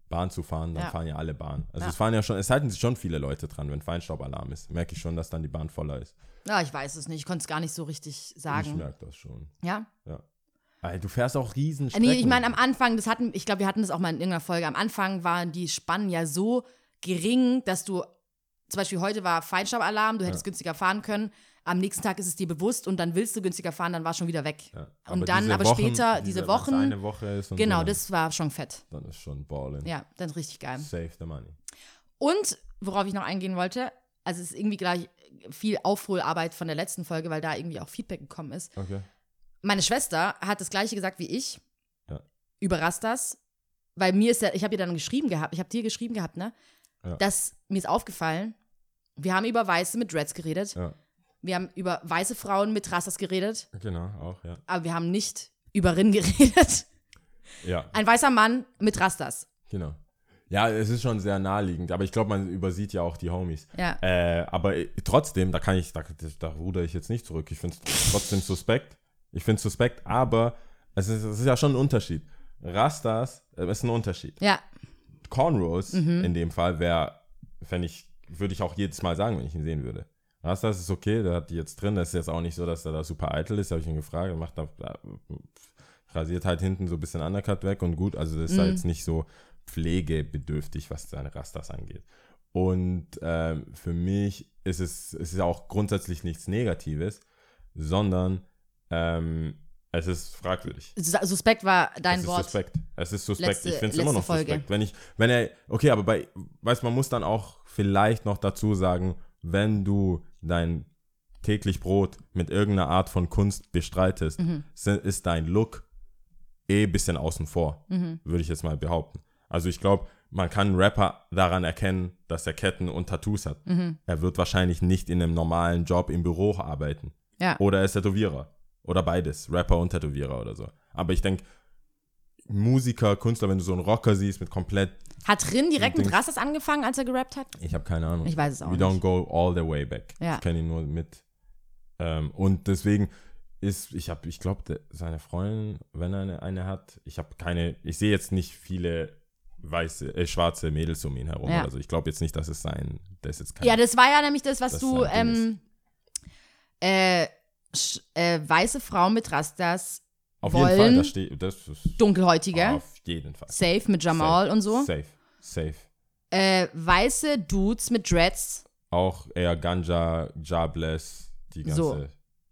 Bahn zu fahren, dann Ja. fahren ja alle Bahnen. Also Ja. es fahren ja schon, es halten sich schon viele Leute dran, wenn Feinstaubalarm ist. Merke ich schon, dass dann die Bahn voller ist. Ja, ich weiß es nicht. Ich konnte es gar nicht so richtig Ich sagen. merke das schon. Ja. Äh, Ey, du fährst auch riesen Nee, ich meine, am Anfang, das hatten, ich glaube, wir hatten das auch mal in irgendeiner Folge. Am Anfang waren die Spannen ja so gering, dass du, zum Beispiel heute war Feinstaubalarm, du hättest günstiger fahren können. Am nächsten Tag ist es dir bewusst und dann willst du günstiger fahren, dann war es schon wieder weg. Ja. Und dann, diese aber Wochen- später, diese wenn's Wochen, Eine Woche ist und Genau, so, das war schon fett. Dann ist schon balling. Ja, das ist richtig geil. Save the money. Und worauf ich noch eingehen wollte, also es ist irgendwie gleich viel Aufholarbeit von der letzten Folge, weil da irgendwie auch Feedback gekommen ist. Okay. Meine Schwester hat das gleiche gesagt wie ich Ja. über Rastas, weil mir ist ja, ich habe ihr dann geschrieben gehabt, ich habe dir geschrieben gehabt, ne? Ja. Dass mir ist aufgefallen, wir haben über Weiße mit Dreads geredet, Ja. wir haben über weiße Frauen mit Rastas geredet, Genau, auch, ja. aber wir haben nicht über Rinn geredet. Ja, Ein weißer Mann mit Rastas. genau. Ja, es ist schon sehr naheliegend, aber ich glaube, man übersieht ja auch die Homies. Ja. Äh, aber äh, trotzdem, da kann ich, da, da ruder ich jetzt nicht zurück. Ich finde es trotzdem suspekt. Ich finde es suspekt, aber es ist, es ist ja schon ein Unterschied. Rastas äh, ist ein Unterschied. Ja, Cornrows in dem Fall wäre, wenn ich, würde ich auch jedes Mal sagen, wenn ich ihn sehen würde. Rastas ist okay, der hat die jetzt drin. Das ist jetzt auch nicht so, dass er da super eitel ist. Habe ich ihn gefragt, er macht da, da rasiert halt hinten so ein bisschen undercut weg und gut. Also das ist halt jetzt nicht so pflegebedürftig, was seine Rastas angeht. Und ähm, für mich ist es, es ist auch grundsätzlich nichts Negatives, sondern ähm, es ist fragwürdig. Sus- Suspekt war dein Es ist Wort. suspekt. Es ist suspekt. Letzte- ich finde es immer letzte noch Folge. suspekt. Wenn ich, wenn er, okay, aber bei, weiß man muss dann auch vielleicht noch dazu sagen, wenn du dein täglich Brot mit irgendeiner Art von Kunst bestreitest, Mhm. si- ist dein Look eh ein bisschen außen vor, Mhm. würde ich jetzt mal behaupten. Also ich glaube, man kann einen Rapper daran erkennen, dass er Ketten und Tattoos hat. Mhm. Er wird wahrscheinlich nicht in einem normalen Job im Büro arbeiten. Ja. Oder er ist Tätowierer. Oder beides. Rapper und Tätowierer oder so. Aber ich denke, Musiker, Künstler, wenn du so einen Rocker siehst mit komplett, Hat Rin direkt mit Dings. Rastas angefangen, als er gerappt hat? ich habe keine Ahnung. Ich weiß es auch We don't nicht. go all the way back. Ja. Ich kenne ihn nur mit. Ähm, und deswegen ist, ich habe, ich glaube, seine Freundin, wenn er eine, eine hat, ich habe keine, ich sehe jetzt nicht viele weiße, äh, schwarze Mädels um ihn herum Ja. oder so. Ich glaube jetzt nicht, dass es sein, das ist jetzt kein. Ja, das war ja nämlich das, was Das du ist ein Ding ähm, äh, sch- äh, weiße Frau mit Rastas, auf jeden wollen- Fall, das steht, das ist dunkelhäutige, auf jeden Fall. safe mit Jamal Safe. und so, Safe, safe. äh, weiße Dudes mit Dreads, Auch eher Ganja, Jobless, die ganze So.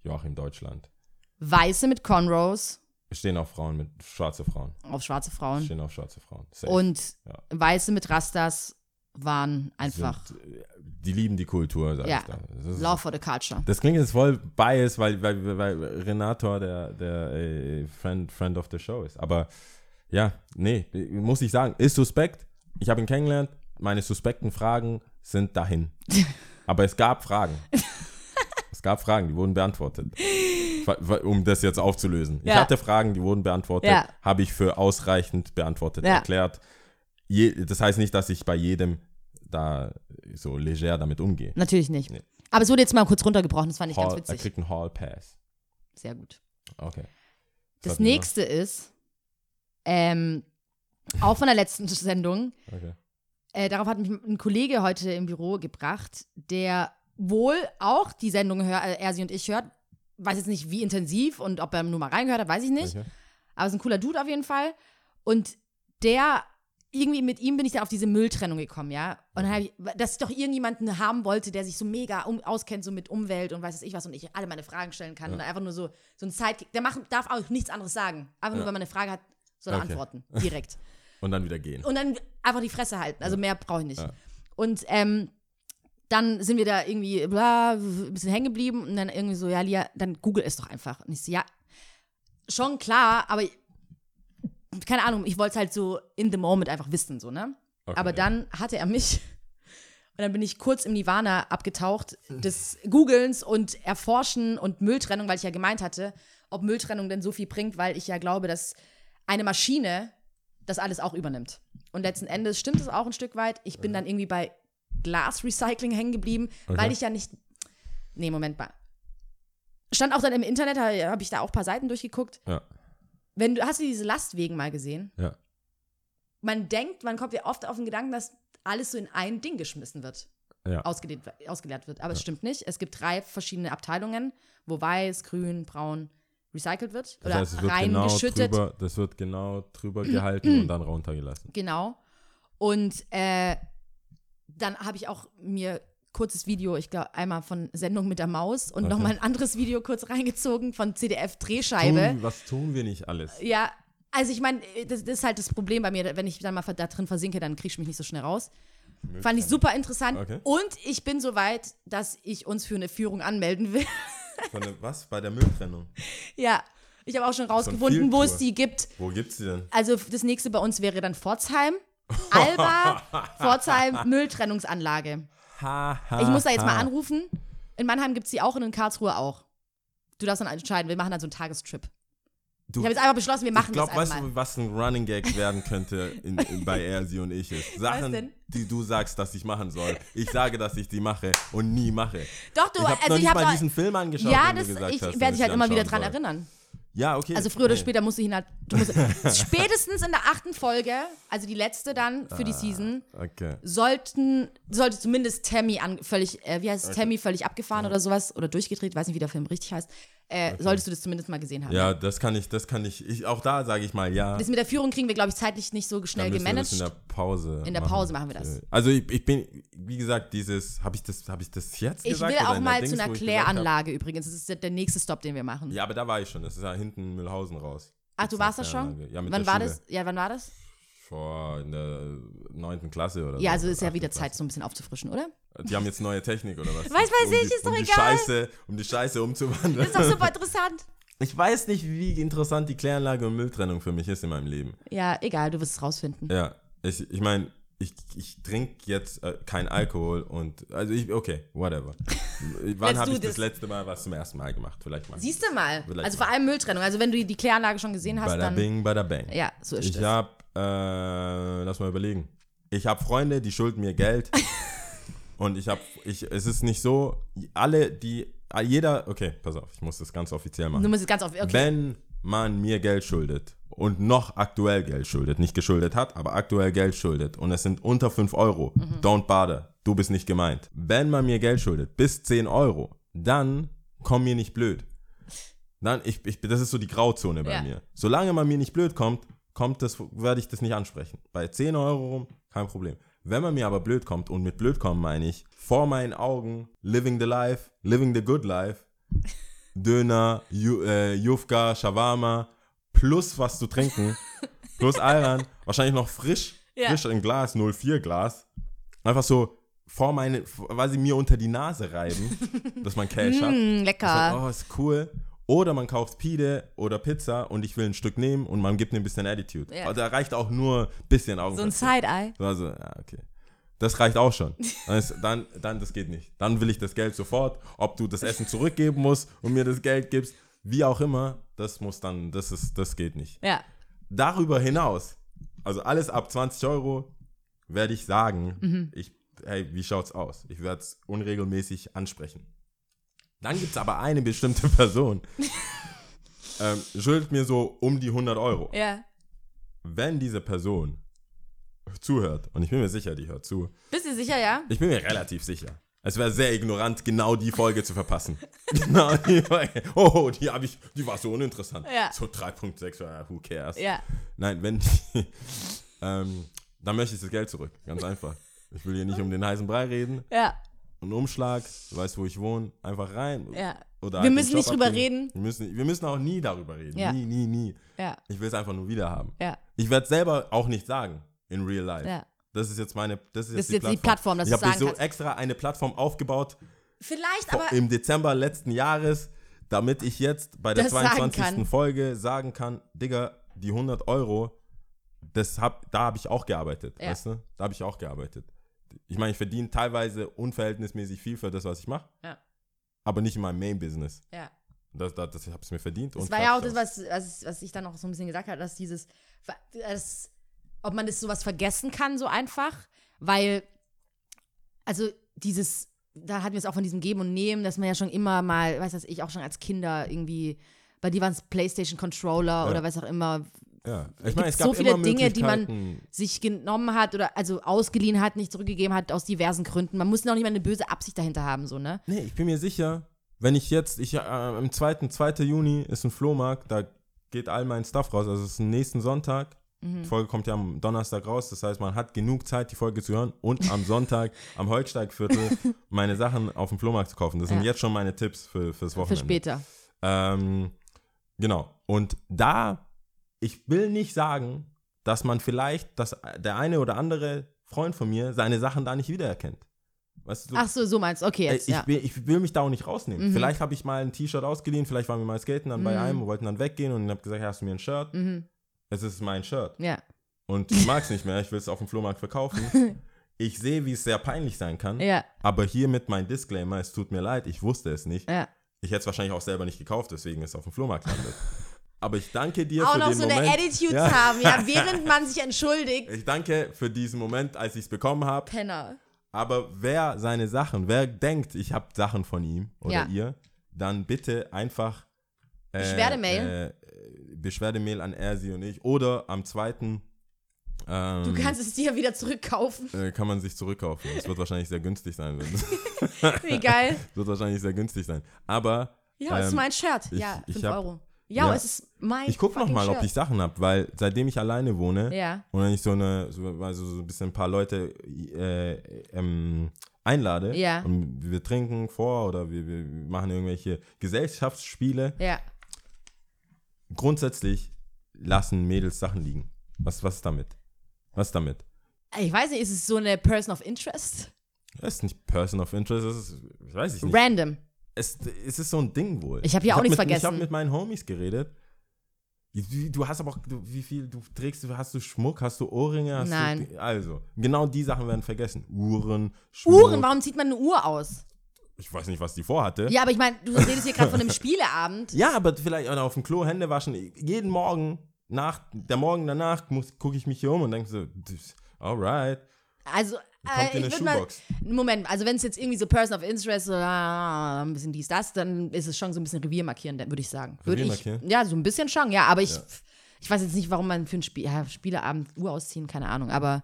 Joachim Deutschland. weiße mit Conros Es Stehen auch Frauen mit, schwarze Frauen. auf schwarze Es Frauen Stehen auch schwarze Frauen. Safe. Mhm. und Ja. weiße mit Rastas waren einfach Sind, äh, die lieben die Kultur, sag Ja. ich da. Das, ist, Love for the Culture. das klingt jetzt voll biased, weil, weil, weil Renato der, der äh, Friend, Friend of the Show ist. Aber Ja, nee, muss ich sagen. Ist suspekt. Ich habe ihn kennengelernt. Meine suspekten Fragen sind dahin. Aber es gab Fragen. es gab Fragen, die wurden beantwortet. Um das jetzt aufzulösen. Ich Ja. hatte Fragen, die wurden beantwortet. Ja. Habe ich für ausreichend beantwortet Ja. erklärt. Je, das heißt nicht, dass ich bei jedem da so leger damit umgehe. Natürlich nicht. Nee. Aber es wurde jetzt mal kurz runtergebrochen, das fand ich Hall, ganz er witzig. kriegt einen Hall Pass. Sehr gut. Okay. Was Das hatten wir noch? nächste ist, ähm, auch von der letzten Sendung, Okay. äh, darauf hat mich ein Kollege heute im Büro gebracht, der wohl auch die Sendung hört, äh, er sie und ich hört. Weiß jetzt nicht, wie intensiv und ob er nur mal reingehört hat, weiß ich nicht. Welche? Aber ist ein cooler Dude auf jeden Fall. Und der, irgendwie mit ihm bin ich dann auf diese Mülltrennung gekommen, ja. Und dann habe ich, dass ich doch irgendjemanden haben wollte, der sich so mega um, auskennt, so mit Umwelt und weiß es ich was und ich alle meine Fragen stellen kann. Und einfach nur so, so ein Sidekick. Der macht, darf auch nichts anderes sagen. Einfach nur, wenn man eine Frage hat, soll er Okay. antworten. Direkt. Und dann wieder gehen. Und dann einfach die Fresse halten. Also mehr brauche ich nicht. Ja. Und ähm, dann sind wir da irgendwie bla, w- ein bisschen hängen geblieben und dann irgendwie so, ja, Lia, dann google es doch einfach. Und ich so, ja, schon klar, aber ich- keine Ahnung, ich wollte es halt so in the moment einfach wissen, so, ne? Okay, aber ja. dann hatte er mich und dann bin ich kurz im Nirvana abgetaucht des Googelns und Erforschen und Mülltrennung, weil ich ja gemeint hatte, ob Mülltrennung denn so viel bringt, weil ich ja glaube, dass eine Maschine das alles auch übernimmt. Und letzten Endes stimmt es auch ein Stück weit. Ich bin dann irgendwie bei Glasrecycling hängen geblieben, Okay. weil ich ja nicht. Nee, Moment mal. Stand auch dann im Internet, habe hab ich da auch ein paar Seiten durchgeguckt. Ja. Wenn du, hast du diese Lastwegen mal gesehen? Ja. Man denkt, man kommt ja oft auf den Gedanken, dass alles so in ein Ding geschmissen wird, Ja. ausgeleert, ausgeleert wird. Aber es stimmt nicht. Es gibt drei verschiedene Abteilungen, wo weiß, grün, braun recycelt wird Das oder heißt, es wird genau reingeschüttet. drüber, das wird genau drüber gehalten und dann runtergelassen. Genau. Und äh, dann habe ich auch mir kurzes Video, ich glaube einmal von Sendung mit der Maus und Okay. nochmal ein anderes Video kurz reingezogen von CDF Drehscheibe. Tun, was tun wir nicht alles? Ja, also ich meine, das, das ist halt das Problem bei mir, wenn ich dann mal da drin versinke, dann kriege ich mich nicht so schnell raus. Fand ich super interessant. Okay. Und ich bin so weit, dass ich uns für eine Führung anmelden will. Von der, was? Bei der Mülltrennung. ja, ich habe auch schon rausgefunden, wo es Fieldtour. die gibt. Wo gibt's die denn? Also das nächste bei uns wäre dann Pforzheim. Alba, Pforzheim, Mülltrennungsanlage. Ha, ha, Ich muss da jetzt mal ha. anrufen. In Mannheim gibt es die auch und in Karlsruhe auch. Du darfst dann entscheiden. Wir machen dann so einen Tagestrip. Du, Ich habe jetzt einfach beschlossen, wir ich machen glaub, das weißt einmal. du, was ein Running Gag werden könnte in, in, bei Ersi und ich ist? Sachen, denn? die du sagst, dass ich machen soll. Ich sage, dass ich die mache und nie mache. Doch, du, ich habe also noch ich nicht mal habe diesen Film angeschaut, Ja, den das, du gesagt ich hast. den werde dich halt immer wieder anschauen dran soll. erinnern. Ja, okay. Also früher oder Nee. später musst du ihn halt. Du musst, spätestens in der achten Folge, also die letzte dann für die Ah. Season, Okay. sollten, sollte zumindest Tammy an, völlig, äh, wie heißt es, Tammy völlig abgefahren oder sowas oder durchgedreht, weiß nicht, wie der Film richtig heißt. Äh, Solltest du das zumindest mal gesehen haben. Ja, das kann ich, das kann ich. ich auch da sage ich mal ja. Das mit der Führung kriegen wir, glaube ich, zeitlich nicht so Dann schnell müssen wir das gemanagt. in der Pause. In der Pause machen wir das. Also ich, ich bin, wie gesagt, dieses, habe ich das, habe ich das jetzt Ich gesagt? will oder auch in der mal Dings, zu einer wo ich gesagt hab- Kläranlage übrigens. Das ist der- der nächste Stop, den wir machen. Ja, aber da war ich schon. Das ist ja hinten in Mühlhausen raus. Ach, du Gibt's eine warst da schon? Kläranlage. Ja, mit wann der war Schule. das? Ja, wann war das? Vor in der neunten Klasse oder so. Ja, also ist ja achten wieder Klasse. Zeit, so ein bisschen aufzufrischen, oder? Die haben jetzt neue Technik oder was? Weiß, weiß die- ich, ist um doch die egal. Scheiße, um die Scheiße umzuwandeln. Das ist doch super interessant. Ich weiß nicht, wie interessant die Kläranlage und Mülltrennung für mich ist in meinem Leben. Ja, egal, du wirst es rausfinden. Ja, ich, ich meine, ich, ich trinke jetzt äh, kein Alkohol und, also ich, okay, whatever. Wann Let's habe do ich das this. letzte Mal was zum ersten Mal gemacht? Vielleicht mal. Siehst du mal. Vielleicht also vor allem Mülltrennung. Also wenn du die Kläranlage schon gesehen hast, Bada dann. bing, bada bang. Ja, so ist ich es. habe, äh, lass mal überlegen. Ich habe Freunde, die schulden mir Geld. und ich habe, ich, es ist nicht so, alle, die, jeder, okay, pass auf, ich muss das ganz offiziell machen. Du musst jetzt ganz auf. Okay. Wenn man mir Geld schuldet und noch aktuell Geld schuldet, nicht geschuldet hat, aber aktuell Geld schuldet und es sind unter 5 Euro, Mhm. don't bother, du bist nicht gemeint. Wenn man mir Geld schuldet, bis 10 Euro, dann komm mir nicht blöd. Dann, ich, ich, das ist so die Grauzone bei Ja. mir. Solange man mir nicht blöd kommt, kommt das, werde ich das nicht ansprechen. Bei 10 Euro rum, kein Problem. Wenn man mir aber blöd kommt, und mit blöd kommen meine ich, vor meinen Augen, living the life, living the good life, Döner, Ju, äh, Jufka, Shawarma, plus was zu trinken, plus Ayran, wahrscheinlich noch frisch, Ja. frisch im Glas, 04 Glas. Einfach so vor meine, vor- weil sie mir unter die Nase reiben, dass man Cash hat. Mm, Ich sag, lecker. oh, ist cool. Oder man kauft Pide oder Pizza und ich will ein Stück nehmen und man gibt mir ein bisschen Attitude. Ja. Also da reicht auch nur ein bisschen Augen. So ein Side-Eye. Also, ja, okay. Das reicht auch schon. Dann, ist, dann, dann, das geht nicht. Dann will ich das Geld sofort, ob du das Essen zurückgeben musst und mir das Geld gibst, wie auch immer, das muss dann, das ist, das geht nicht. Ja. Darüber hinaus, also alles ab 20 Euro, werde ich sagen, ich, hey, wie schaut's aus? Ich werde es unregelmäßig ansprechen. Dann gibt es aber eine bestimmte Person, ähm, schuldet mir so um die 100 Euro Ja. wenn diese Person zuhört, und ich bin mir sicher, die hört zu, Bist du sicher, ja? ich bin mir relativ sicher. Es wäre sehr ignorant, genau die Folge zu verpassen. genau die Folge. Oh, die habe ich, die war so uninteressant. Ja. So 3.6, ja, who cares? Ja. Nein, wenn die, ähm, dann möchte ich das Geld zurück. Ganz einfach. Ich will hier nicht um den heißen Brei reden. Ja. Ein Umschlag, du weißt, wo ich wohne, einfach rein. Ja. Wir Oder halt den müssen Job nicht drüber abgeben. reden. Wir müssen, wir müssen auch nie darüber reden. Ja. Nie, nie, nie. Ja. Ich will es einfach nur wieder haben. Ja. Ich werde es selber auch nicht sagen in real life. Ja. Das ist jetzt meine, das ist jetzt, ist jetzt die Plattform, dass du ich habe sagen so kannst. extra eine Plattform aufgebaut Vielleicht vor- aber. im Dezember letzten Jahres, damit ich jetzt bei der Das sagen 22. kann. Folge sagen kann, Digga, die 100 Euro, das hab, da habe ich auch gearbeitet, Ja. weißt du? Da habe ich auch gearbeitet. Ich meine, ich verdiene teilweise unverhältnismäßig viel für das, was ich mache, Ja. aber nicht in meinem Main-Business. Ja. Das, das, das habe ich mir verdient. Das und war ja auch das, fertig was, was, was ich dann auch so ein bisschen gesagt habe, dass dieses, dass, ob man das sowas vergessen kann, so einfach, weil, also dieses, da hatten wir es auch von diesem Geben und Nehmen, dass man ja schon immer mal, weiß das ich, auch schon als Kinder irgendwie, bei dir waren es Playstation-Controller Ja. oder was auch immer, Ja, ich meine, es gibt's gab so viele immer Dinge, die man- Möglichkeiten. sich genommen hat oder also ausgeliehen hat, nicht zurückgegeben hat, aus diversen Gründen. Man muss noch nicht mal eine böse Absicht dahinter haben, so, ne? Nee, ich bin mir sicher, wenn ich jetzt, ich, äh, am 2. 2. Juni ist ein Flohmarkt, da geht all mein Stuff raus, also es ist nächsten Sonntag. Mhm. Die Folge kommt ja am Donnerstag raus, das heißt, man hat genug Zeit, die Folge zu hören und am Sonntag am Holsteigviertel meine Sachen auf dem Flohmarkt zu kaufen. Das sind Ja. jetzt schon meine Tipps für, fürs Für Wochenende. später. Ähm, genau. Und da, ich will nicht sagen, dass man vielleicht, dass der eine oder andere Freund von mir seine Sachen da nicht wiedererkennt. Weißt du, Ach so, so meinst du. Okay, äh, jetzt, ich, ja. will, ich will mich da auch nicht rausnehmen. Mhm. Vielleicht habe ich mal ein T-Shirt ausgeliehen, vielleicht waren wir mal skaten dann bei Mhm. einem und wollten dann weggehen und habe gesagt, hast du mir ein Shirt? Mhm. Es ist mein Shirt. Ja. Und ich mag es nicht mehr, ich will es auf dem Flohmarkt verkaufen. Ich sehe, wie es sehr peinlich sein kann, Ja, aber hiermit mein Disclaimer, es tut mir leid, ich wusste es nicht. ja. Ich hätte es wahrscheinlich auch selber nicht gekauft, deswegen ist es auf dem Flohmarkt landet. Aber ich danke dir auch für noch den so Moment. eine Attitude Ja. haben, ja, während man sich entschuldigt. Ich danke für diesen Moment, als ich es bekommen habe. Penner. Aber wer seine Sachen, wer denkt, ich habe Sachen von ihm oder Ja. ihr, dann bitte einfach äh, Beschwerdemail? Äh, Beschwerdemail an Ersi und ich. Oder am zweiten ähm, Du kannst es dir wieder zurückkaufen. äh, kann man sich zurückkaufen. Es wird wahrscheinlich sehr günstig sein. Es Wie geil. wird wahrscheinlich sehr günstig sein. Aber Ja, es ist Ähm, mein Shirt. ich- Ja, ich 5 hab- Euro. Ja, ja. es ist mein ich gucke fucking nochmal, ob Shirt. ich Sachen habe, weil seitdem ich alleine wohne, Ja. und wenn ich so eine, so, also so ein bisschen ein paar Leute äh, ähm, einlade Ja. und wir trinken vor oder wir, wir machen irgendwelche Gesellschaftsspiele, Ja. grundsätzlich lassen Mädels Sachen liegen. Was, was ist damit? Was ist damit? Ich weiß nicht, ist es so eine Person of Interest? Das ist nicht Person of Interest, das ist, ich weiß ich nicht. Random. es, es ist so ein Ding wohl. Ich hab hier auch nichts mit, Ich vergessen. habe mit meinen Homies geredet. Du du hast aber auch, du, wie viel du trägst, hast du Schmuck, hast du Ohrringe, hast Nein. du, also, genau die Sachen werden vergessen. Uhren, Schmuck. Uhren, warum zieht man eine Uhr aus? Ich weiß nicht, was die vorhatte. Ja, aber ich meine, du redest hier gerade von einem Spieleabend. Ja, aber vielleicht oder auf dem Klo Hände waschen. Jeden Morgen, nach der Morgen danach, gucke ich mich hier um und denke so, das- alright. Also, Kommt äh, ich in eine würde mal. Shoebox. Moment, also wenn es jetzt irgendwie so Person of Interest oder ein bisschen dies, das, dann ist es schon so ein bisschen Revier markieren, würde ich sagen. Würde Revier ich, markieren? Ja, so ein bisschen schon, ja, aber ich. Ja. Ich weiß jetzt nicht, warum man für einen Spiel, ja, Spieleabend Uhr ausziehen, keine Ahnung, aber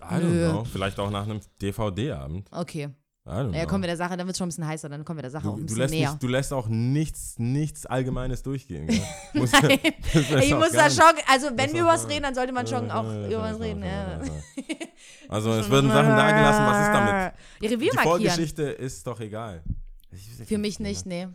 I don't Nö. know. Vielleicht auch nach einem DVD-Abend. okay. I don't Ja, know. kommen wir der Sache, dann wird es schon ein bisschen heißer, dann kommen wir der Sache auch Genau. Du, ein bisschen du, lässt näher. nicht, du lässt auch nichts, nichts Allgemeines durchgehen. Gell? Muss- Nein. das lässt ich auch muss gar da nicht. schon, also wenn Das wir auch über was gar reden, dann sollte man schon auch über was reden. ja. Also es würden Sachen da gelassen, was ist damit? Die Revier Die markieren. Vorgeschichte ist doch egal. Hm, Für mich nicht, nee.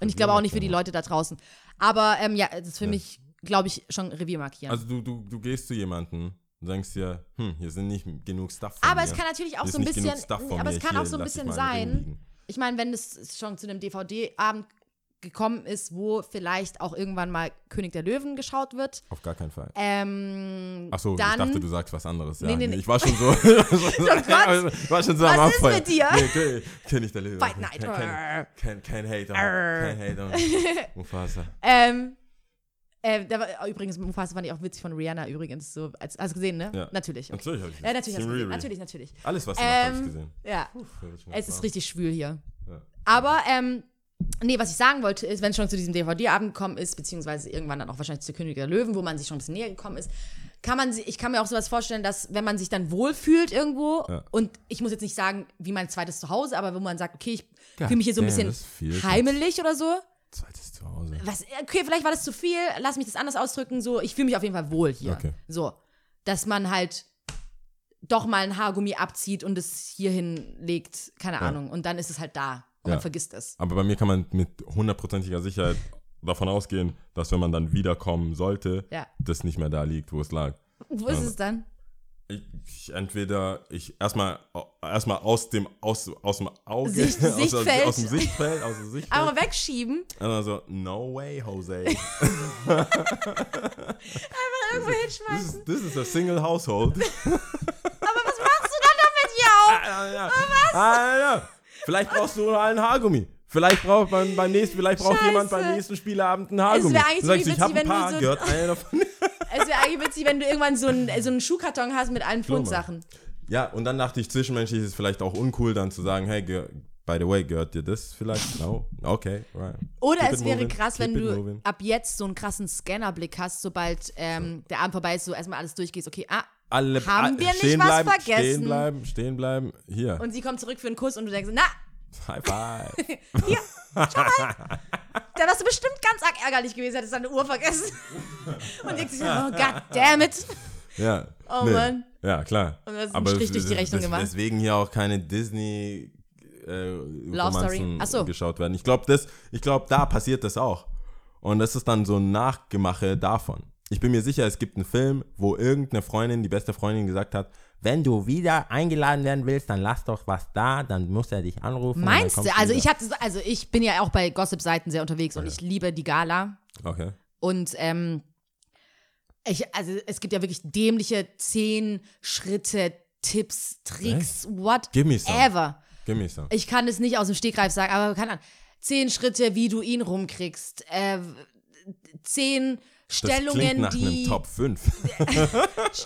Und ich glaube auch nicht für die Leute da draußen. Aber ähm, ja, das ist für Ja. mich, glaube ich, schon Revier markieren. Also du, du, du gehst zu jemandem und denkst dir, hm, hier sind nicht genug Stuff von aber mir. es kann natürlich auch Hier ist so ein nicht genug bisschen, Stuff von aber mir. es kann Hier, auch so ein lass ich bisschen mal einen Ring sein. liegen. Ich meine, wenn es schon zu einem DVD-Abend gekommen ist, wo vielleicht auch irgendwann mal König der Löwen geschaut wird. Auf gar keinen Fall. Ähm, Ach so, ich dann, dachte, du sagst was anderes. Ja, Nee, nee, nee. nee, Oh Ich war schon so. war schon so am was ist Abfall. mit dir? Nee, Kö- König der Löwen. Fight Night. Kein, kein, kein Hater. Arr. Kein Hater. Mufasa. ähm, äh, da war, übrigens, Mufasa fand ich auch witzig von Rihanna übrigens. So, als, hast du gesehen, ne? Ja. Natürlich. Okay. Natürlich habe ich Ja, Äh, natürlich, hast du Team gesehen. Riri. natürlich, natürlich. Alles, was du ähm, Ähm, ich gesehen. ja, Ja, es ist richtig schwül hier. Ja. Aber, ähm, nee, was ich sagen wollte, ist, wenn es schon zu diesem DVD-Abend gekommen ist, beziehungsweise irgendwann dann auch wahrscheinlich zu König der Löwen, wo man sich schon ein bisschen näher gekommen ist, kann man sie, ich kann mir auch sowas vorstellen, dass wenn man sich dann wohlfühlt irgendwo, Ja. und ich muss jetzt nicht sagen, wie mein zweites Zuhause, aber wo man sagt, okay, ich God fühle mich hier so ein damn, bisschen das ist viel. heimelig oder so. Zweites Zuhause. Was, okay, vielleicht war das zu viel, lass mich das anders ausdrücken, so, ich fühle mich auf jeden Fall wohl hier. Okay. So, dass man halt doch mal ein Haargummi abzieht und es hierhin legt, keine Ahnung, und dann ist es halt da und Ja. man vergisst es. Aber bei mir kann man mit hundertprozentiger Sicherheit davon ausgehen, dass wenn man dann wiederkommen sollte, Ja. das nicht mehr da liegt, wo es lag. Wo ist Ja. es dann? Ich, ich entweder ich erstmal erstmal aus dem aus, aus dem Auge Sicht- aus, aus, Sichtfeld. aus dem Sichtfeld aus dem Sichtfeld Aber wegschieben, und dann so no way Jose irgendwo hinschmeißen. this is, this is a single household Aber was machst du dann damit, ja? Ah, ja. Ah, ja. vielleicht brauchst du einen Haargummi vielleicht braucht man beim nächsten vielleicht braucht jemand beim Scheiße. nächsten Spielabend einen Haargummi wär eigentlich Dann sagst du, ziemlich witzig, wenn ich habe ein du paar so- gehört einer davon Es wäre eigentlich witzig, wenn du irgendwann so einen, so einen Schuhkarton hast mit allen Klar, Mann. Fundsachen. ja und dann dachte ich zwischenmenschlich ist es vielleicht auch uncool dann zu sagen hey ge- by the way gehört dir das vielleicht no okay right Oder Keep es it wäre moving. krass, wenn Keep it du moving. ab jetzt so einen krassen Scannerblick hast, sobald ähm, der Abend vorbei ist, so erstmal alles durchgehst. Okay, ah, alle Haben ah, wir nicht stehen was bleiben, vergessen? Stehen bleiben, stehen bleiben. Hier. und sie kommt zurück für einen Kuss und du denkst, na, High five. da wärst du bestimmt ganz arg ärgerlich gewesen, hättest deine Uhr vergessen. und denkst dir, oh god damn it. ja. Oh Mann. Ja, klar. Und hast einen Strich durch die Rechnung gemacht. Deswegen hier auch keine Disney äh, Romanzen Story. Ach so. geschaut werden. Ich glaube, das, ich glaube, da passiert das auch. Und das ist dann so ein Nachgemache davon. Ich bin mir sicher, es gibt einen Film, wo irgendeine Freundin, die beste Freundin gesagt hat, wenn du wieder eingeladen werden willst, dann lass doch was da, dann muss er dich anrufen. und dann Meinst kommst du? Also wieder. ich, hab, also ich bin ja auch bei Gossip-Seiten sehr unterwegs und ich liebe die Gala. Okay. Und ähm, ich, also es gibt ja wirklich dämliche zehn Schritte, Tipps, Tricks, Give me some. whatever. Give me some. Ich kann es nicht aus dem Stegreif sagen, aber keine Ahnung. Zehn Schritte, wie du ihn rumkriegst. Äh, zehn Das klingt Stellungen, nach einem die Top 5.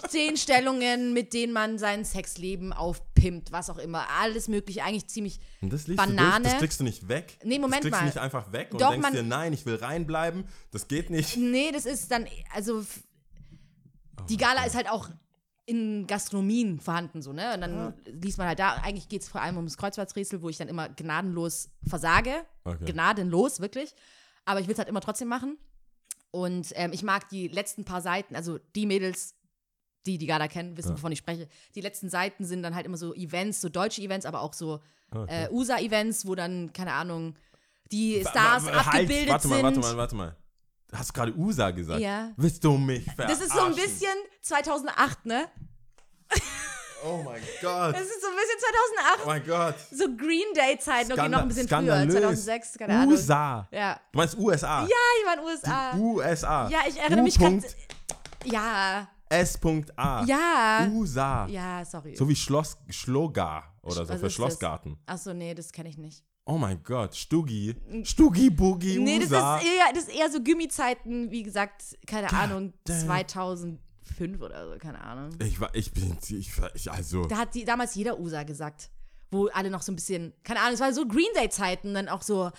zehn Stellungen, mit denen man sein Sexleben aufpimpt, was auch immer. Alles mögliche, eigentlich ziemlich. Und das liest Du Banane. durch, das kriegst du nicht weg. Nee, Moment das kriegst mal. du nicht einfach weg und Doch, denkst man- dir, nein, ich will reinbleiben. Das geht nicht. Nee, das ist dann, also f- Oh, die Gala ist halt auch in Gastronomien vorhanden, so, ne? Und dann liest man halt da, eigentlich geht es vor allem ums Kreuzfahrtsrätsel, wo ich dann immer gnadenlos versage. Okay. Gnadenlos, wirklich. Aber ich will es halt immer trotzdem machen. Und ähm, ich mag die letzten paar Seiten, also die Mädels, die die Gala kennen, wissen, wovon ich spreche. Die letzten Seiten sind dann halt immer so Events, so deutsche Events, aber auch so Ah, äh, USA-Events, wo dann, keine Ahnung, die Stars Wa- wa- halt, abgebildet warte mal, sind. Warte mal, warte mal. Hast du gerade USA gesagt? Ja. Willst du mich Das verarschen? ist so ein bisschen 2008, ne? Oh mein Gott. Das ist so ein bisschen Oh 2008. mein Gott. So Green Day-Zeiten, okay, noch ein bisschen früher, Skandalös. 2006, keine Ahnung. USA. Ja. Du meinst USA? Ja, ich war in den USA. USA. Ja, ich erinnere mich U.S.A. grad- Ja, S.A. ja. USA. Ja, sorry. So wie Schloss, Schlogar oder so Was für ist das? Schlossgarten. Achso, nee, das kenne ich nicht. Oh mein Gott. Stugi. Stugi Boogie Nee, das USA. ist eher, das ist eher so Gummi-Zeiten, wie gesagt, keine Ahnung, damn. 2005 oder so, keine Ahnung. Ich war, ich bin, ich, ich also. Da hat die, damals jeder USA gesagt, wo alle noch so ein bisschen, keine Ahnung, es war so Green Day-Zeiten, dann auch so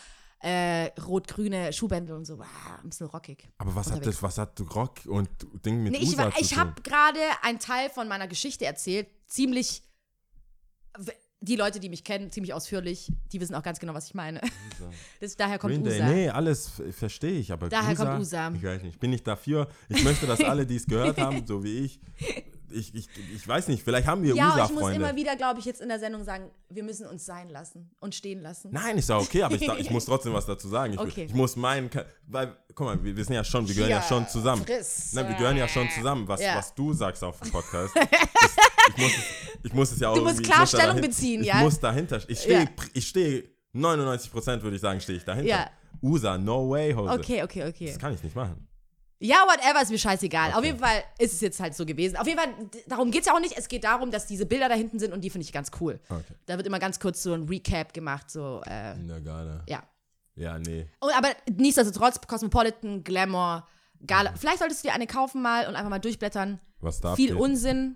äh, rot-grüne Schuhbändel und so, wow, ein bisschen rockig. Aber was hat unterwegs. das, was hat Rock und Ding mit Nee, ich USA war- ich zu tun? habe gerade einen Teil von meiner Geschichte erzählt, ziemlich, w- die Leute, die mich kennen, ziemlich ausführlich, die wissen auch ganz genau, was ich meine. Das, daher kommt Green Day, USA. nee, alles f- verstehe ich, aber Daher USA, kommt USA. Ich weiß nicht, bin ich dafür. Ich möchte, dass alle, die es gehört haben, so wie ich, ich, ich, ich weiß nicht, vielleicht haben wir Ja, und ich muss immer USA-Freunde. wieder, glaube ich, jetzt in der Sendung sagen, wir müssen uns sein lassen und stehen lassen. Nein, ist ja okay, aber ich, da- ich muss trotzdem was dazu sagen. Ich, will- Okay. ich muss meinen, Ka- weil, guck mal, wir, wir sind ja schon, wir gehören ja, Ja, schon zusammen. Friss. Nein, wir gehören ja schon zusammen, was, Ja. was du sagst auf dem Podcast. Das, ich, muss, es- ich muss es ja auch Du musst irgendwie- ich klar muss da Stellung dahin- beziehen, ich ja? muss dahinter, ich stehe, Ja. ich stehe, 99% würde ich sagen, stehe ich dahinter. Ja. USA, no way, Hose. Okay, okay, okay. Das kann ich nicht machen. Ja, whatever, ist mir scheißegal. Auf Okay. jeden Fall ist es jetzt halt so gewesen. Auf jeden Fall, d- darum geht es ja auch nicht. Es geht darum, dass diese Bilder da hinten sind und die finde ich ganz cool. Okay. Da wird immer ganz kurz so ein Recap gemacht, so, äh, Na, Ghana. ja. Ja, nee. Oh, aber nichtsdestotrotz, Cosmopolitan, Glamour, Gala. Vielleicht solltest du dir eine kaufen mal und einfach mal durchblättern. Was Mhm. da Viel abgeht. Unsinn,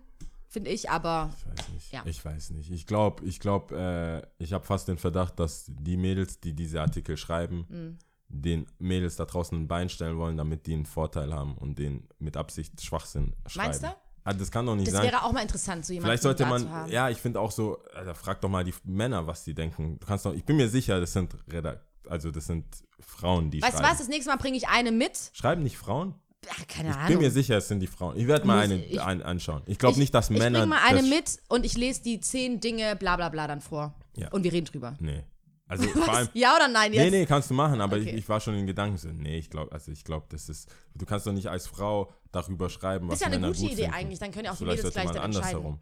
finde ich, aber Ich weiß nicht. Ja. Ich weiß nicht. Ich glaube, ich glaube, äh, ich habe fast den Verdacht, dass die Mädels, die diese Artikel schreiben, Mhm. den Mädels da draußen ein Bein stellen wollen, damit die einen Vorteil haben und den mit Absicht Schwachsinn schreiben. Meinst du? Ah, das kann doch nicht das sein. wäre auch mal interessant, so jemanden Vielleicht sollte da man, zu haben. ja, ich finde auch so, Alter, frag doch mal die Männer, was die denken. Du kannst doch, ich bin mir sicher, das sind Redakt, also das sind Frauen, die Weißt du schreiben. was, das nächste Mal bringe ich eine mit. Schreiben nicht Frauen? Ach, keine Ich Ahnung. bin mir sicher, es sind die Frauen. Ich werde mal Muss- eine ich- an, anschauen. Ich glaube nicht, dass ich Männer. Ich bringe mal eine das- mit und ich lese die zehn Dinge bla bla bla dann vor. Ja. Und wir reden drüber. Nee. Also vor allem, Ja oder nein jetzt? Nee, nee, kannst du machen, aber ich, Okay. ich war schon in Gedanken so, nee, ich glaube, also ich glaube, das ist, du kannst doch nicht als Frau darüber schreiben, was Ist ja eine Männer gute gut Idee finden. eigentlich, dann können ja auch die Vielleicht Mädels sollte gleich man dann entscheiden. andersherum.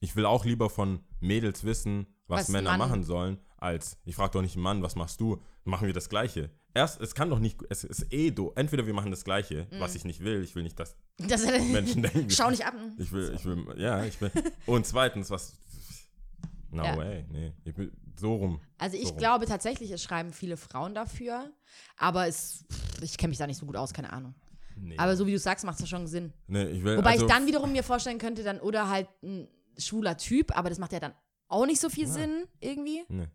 Ich will auch lieber von Mädels wissen, was, Was ein Männer Mann- machen sollen, als ich frage doch nicht einen Mann, was machst du? Machen wir das Gleiche. Erst, es kann doch nicht, es ist eh do. Entweder wir machen das Gleiche, Mhm. was ich nicht will, ich will nicht, dass Das, Menschen denken. Schau nicht ab. Ich will, ich will, ja, ich will. Und zweitens, was, no Ja. way, nee, ich will, so rum. Also ich so rum. glaube tatsächlich, es schreiben viele Frauen dafür, aber es, ich kenne mich da nicht so gut aus, keine Ahnung. Nee. Aber so wie du sagst, macht es schon Sinn. nee, ich will, Wobei also, ich dann wiederum mir vorstellen könnte, dann oder halt ein schwuler Typ, aber das macht ja dann auch nicht so viel Ja. Sinn irgendwie. Ah. Nee.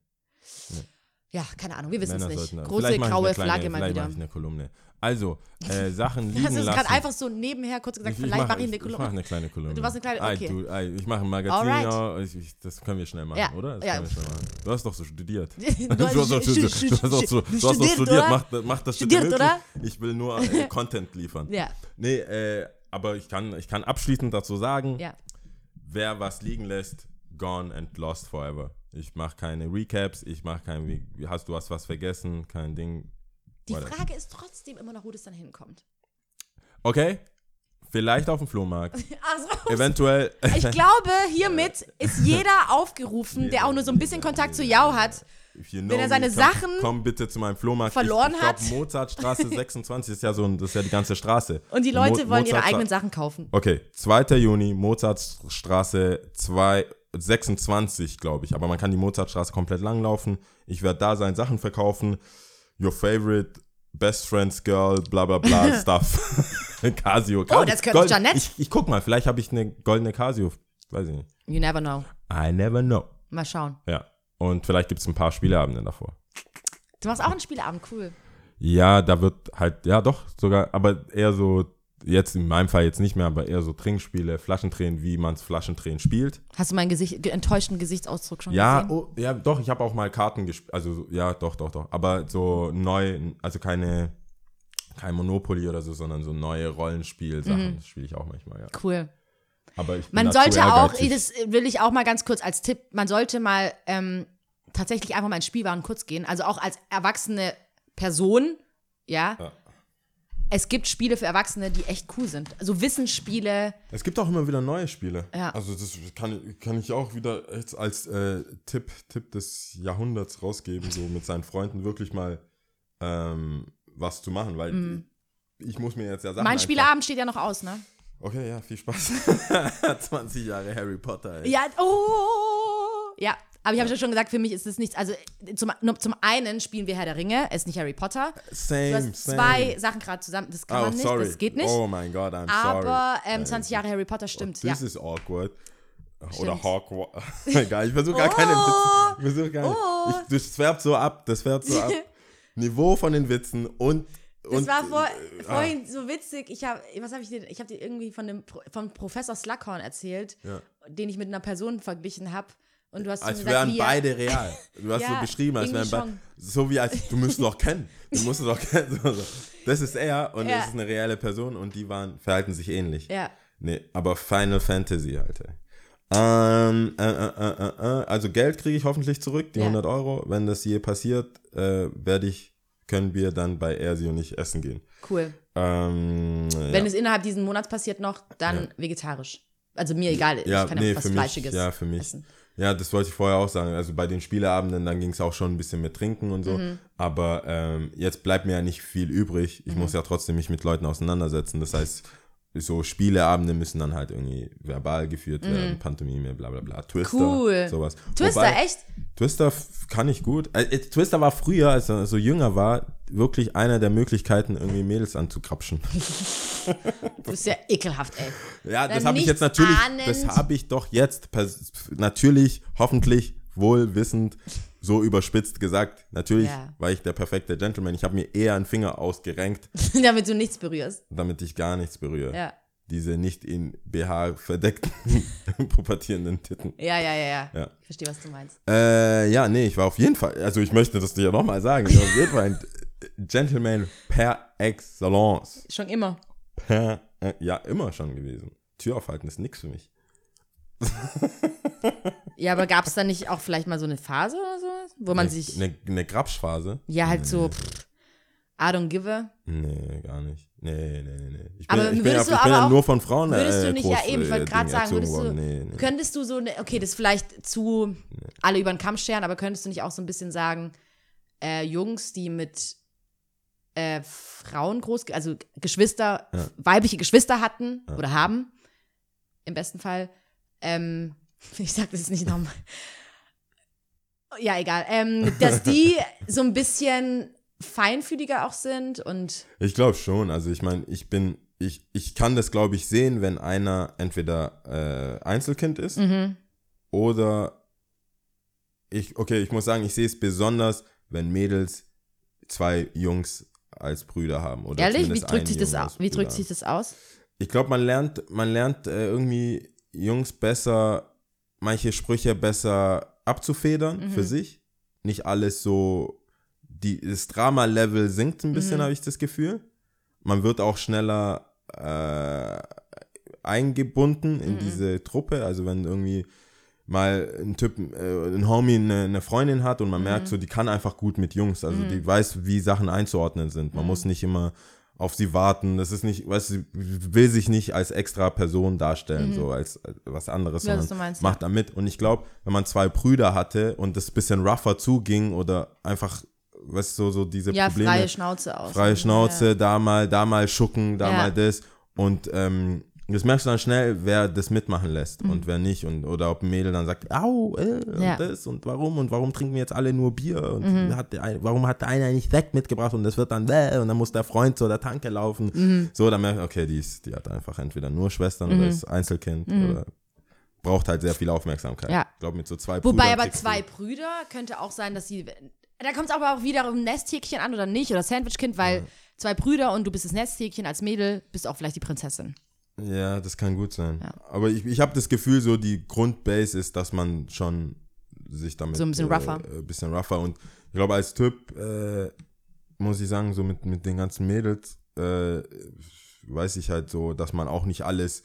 Ja, keine Ahnung, wir wissen es Männer nicht. sollten- also Große vielleicht mache ich graue eine kleine- Flagge mal vielleicht wieder. mache ich eine Kolumne. Also, äh, Sachen liegen Das ist lassen. gerade einfach so nebenher kurz gesagt, vielleicht mache ich eine Ich mache Kolumne. eine kleine Kolumne. Du machst eine kleine- Ei, okay. du, ei, ich mache ein Magazin. Alright. ja, Ich, ich, das können wir schnell machen, Ja, oder? Das ja. können wir schnell machen. Du hast doch so studiert. Du Du also hast doch hast- studiert. Du hast doch so- du du hast doch studierst, studiert. oder? Mach, mach das bitte Studiert, möglich. oder? Ich will nur äh, Content liefern. Ja, Nee, äh, aber ich kann, ich kann abschließend dazu sagen, ja. wer was liegen lässt, gone and lost forever. Ich mache keine Recaps, ich mache kein, wie- hast du hast was vergessen, kein Ding. Die Warte. Frage ist trotzdem immer noch, wo das dann hinkommt. Okay, vielleicht auf dem Flohmarkt. Also, Eventuell. ich glaube, hiermit ist jeder aufgerufen, der auch nur so ein bisschen Kontakt zu Yao hat. If you know Wenn er seine me, komm- Sachen komm bitte zu meinem Flohmarkt. verloren ich, ich glaub, hat. Mozartstraße 26 ist ja so, ein- das ist ja die ganze Straße. Und die Leute Mo- wollen ihre Mozartstra- eigenen Sachen kaufen. Okay, 2. Juni, Mozartstraße 2, 26, glaube ich. Aber man kann die Mozartstraße komplett langlaufen. Ich werde da sein Sachen verkaufen. Your favorite best friends girl, bla bla bla stuff. Casio. Casio. Oh, das könnte Gold- Jeanette. Ich, ich guck mal, vielleicht habe ich eine goldene Casio. Weiß ich nicht. You never know. I never know. Mal schauen. Ja. Und vielleicht gibt es ein paar Spieleabende davor. Du machst auch einen Spieleabend, cool. Ja, da wird halt, ja doch, sogar, aber eher so, jetzt in meinem Fall jetzt nicht mehr, aber eher so Trinkspiele, Flaschentränen, wie man es Flaschentränen spielt. Hast du meinen Gesicht, ge- enttäuschten Gesichtsausdruck schon Ja, gesehen? oh, ja, doch, ich habe auch mal Karten gespielt, also so- ja, doch, doch, doch, aber so neu, also keine, kein Monopoly oder so, sondern so neue Rollenspielsachen spiele ich auch manchmal, ja. Cool. Aber ich bin Mhm. Man da zu sollte auch, ehrgeizig. das will ich auch mal ganz kurz als Tipp, man sollte mal ähm, tatsächlich einfach mal ins Spielwaren kurz gehen. Also auch als erwachsene Person, ja. Ja. Es gibt Spiele für Erwachsene, die echt cool sind. So Wissensspiele. Es gibt auch immer wieder neue Spiele. Ja. Also das kann, kann ich auch wieder jetzt als äh, Tipp, Tipp des Jahrhunderts rausgeben, so mit seinen Freunden wirklich mal ähm, was zu machen, weil ich muss mir jetzt ja Sachen Mhm. mein einfach- Spieleabend steht ja noch aus, ne? Okay, ja, viel Spaß. 20 Jahre Harry Potter. Ey. Ja, oh! Ja, aber ich habe ja schon gesagt, für mich ist es nichts. Also zum, nur zum einen spielen wir Herr der Ringe, es ist nicht Harry Potter. Same, Du hast same. zwei Sachen gerade zusammen, das kann oh, man nicht, sorry. das geht nicht. Oh mein Gott, I'm sorry. aber ähm, Nein, 20 Jahre Harry Potter stimmt, This ja. is awkward. Äh, Oder Stimmt. Oh! Hogwarts. Egal, ich versuche gar keine Witze. Ich versuche gar nicht. Ich, das färbt so ab, das färbt so ab. Niveau von den Witzen und. Das und, war vor, äh, vorhin so witzig. Ich habe, was habe ich dir, ich habe dir irgendwie von dem Pro- vom Professor Slughorn erzählt, Ja. den ich mit einer Person verglichen habe. Und du hast ah, zu mir gesagt, Als wären wie, ja, beide real. Du hast so Ja, beschrieben, als wären irgendwie beide. So wie als, du müsstest doch kennen. Du musst doch kennen. So, so. Das ist er und Ja. das ist eine reale Person und die waren, verhalten sich ähnlich. Ja. Nee, aber Final Fantasy, Alter. Ähm, äh, äh, äh, äh, äh. Also Geld kriege ich hoffentlich zurück, die Ja. 100 Euro. Wenn das je passiert, äh, werde ich, können wir dann bei Ersi und ich essen gehen. Cool. Ähm, Wenn es innerhalb diesen Monats passiert noch, dann vegetarisch. Also mir egal, ja, ich kann ja nee, fast für mich, Fleischiges ja, für mich. essen. Ja, das wollte ich vorher auch sagen. Also bei den Spieleabenden, dann ging es auch schon ein bisschen mit Trinken und so. Mhm. Aber ähm, jetzt bleibt mir ja nicht viel übrig. Mhm. Ich muss ja trotzdem mich mit Leuten auseinandersetzen. Das heißt, so Spieleabende müssen dann halt irgendwie verbal geführt werden, Pantomime, bla bla bla. Twister, Mhm. Cool. sowas. Twister, Wobei- echt? Twister f- kann ich gut. Äh, äh, Twister war früher, als er so jünger war, wirklich einer der Möglichkeiten, irgendwie Mädels anzukrapschen. Du bist ja ekelhaft, ey. Ja, das Dann habe ich jetzt Äh, nichts natürlich, ahnend. das habe ich doch jetzt pers- natürlich, hoffentlich, wohlwissend, so überspitzt gesagt. Natürlich Ja. war ich der perfekte Gentleman. Ich habe mir eher einen Finger ausgerenkt, Damit du nichts berührst. damit ich gar nichts berühre. Ja. Diese nicht in BH verdeckten, pubertierenden Titten. Ja, ja, ja, ja. Ja. Ich verstehe, was du meinst. Äh, ja, nee, ich war auf jeden Fall, also ich möchte das dir nochmal sagen, ich war auf jeden Fall ein Gentleman per excellence. Schon immer. Per, äh, ja, immer schon gewesen. Tür aufhalten ist nix für mich. Ja, aber gab es da nicht auch vielleicht mal so eine Phase oder sowas? Wo man Eine sich. ne, ne Grapschphase? ja, halt so. Pff, I don't give a. Nee, gar nicht. Nee, nee, nee, nee. Ich bin, Aber ich bin, ja, würdest du ich bin aber ja auch- nur von Frauen Würdest äh, du nicht, groß, ja eben, ich wollte äh, gerade Ding sagen, erzogen würdest du, worden. Nee, nee. könntest du so, ne, okay, das ist vielleicht zu, alle über den Kamm scheren, aber könntest du nicht auch so ein bisschen sagen, äh, Jungs, die mit äh, Frauen groß, also Geschwister, Ja. weibliche Geschwister hatten Ja. oder haben, im besten Fall, ähm, ich sag das jetzt nicht nochmal. Ja, egal. Ähm, dass die so ein bisschen feinfühliger auch sind und Ich glaube schon. Also ich meine, ich bin, ich, ich kann das, glaube ich, sehen, wenn einer entweder äh, Einzelkind Mhm. ist oder ich, okay, ich muss sagen, ich sehe es besonders, wenn Mädels zwei Jungs als Brüder haben. Oder ehrlich, wie zumindest einen drückt sich das Jungen aus? als Wie Bruder drückt sich haben. das aus? Ich glaube, man lernt, man lernt äh, irgendwie Jungs besser, manche Sprüche besser abzufedern für sich. Nicht alles so, die, das Drama-Level sinkt ein Mhm. bisschen, habe ich das Gefühl. Man wird auch schneller äh, eingebunden Mhm. in diese Truppe. Also wenn irgendwie mal ein Typ, äh, ein Homie eine, eine Freundin hat und man Mhm. merkt so, die kann einfach gut mit Jungs. Also die weiß, wie Sachen einzuordnen sind. Mhm. Man muss nicht immer auf sie warten. Das ist nicht, weißt du, sie will sich nicht als extra Person darstellen, so als, als was anderes, Mhm. Ja, was sondern du meinst, macht da mit. Und ich glaube, wenn man zwei Brüder hatte und das bisschen rougher zuging oder einfach, weißt du, so, so diese Ja, Probleme. freie Schnauze aus. Freie Schnauze, da mal, da mal schucken, da Ja. mal das. Und ähm, das merkst du dann schnell, wer das mitmachen lässt und wer nicht. Und, oder ob ein Mädel dann sagt, au, äh, und Mhm. Ja. Mhm. das und warum und warum trinken wir jetzt alle nur Bier und hat der ein, warum hat der einer nicht Sekt mitgebracht und das wird dann, äh, und dann muss der Freund zur der Tanke laufen. Mhm. So, dann merkt man, okay, die, ist, die hat einfach entweder nur Schwestern oder ist Einzelkind oder braucht halt sehr viel Aufmerksamkeit. Mhm. Ja. Ich glaube, mit so zwei Wobei Brüdern aber kriegst du- zwei Brüder könnte auch sein, dass sie. Da kommt es aber auch wieder um Nesthäkchen an oder nicht oder Sandwichkind, weil zwei Brüder und du bist das Nesthäkchen als Mädel, bist auch vielleicht die Prinzessin. Ja, das kann gut sein. Ja. Aber ich, ich habe das Gefühl, so die Grundbase ist, dass man schon sich damit. So ein bisschen äh, rougher. Äh, bisschen rougher. Und ich glaube, als Typ, äh, muss ich sagen, so mit, mit den ganzen Mädels, äh, weiß ich halt so, dass man auch nicht alles,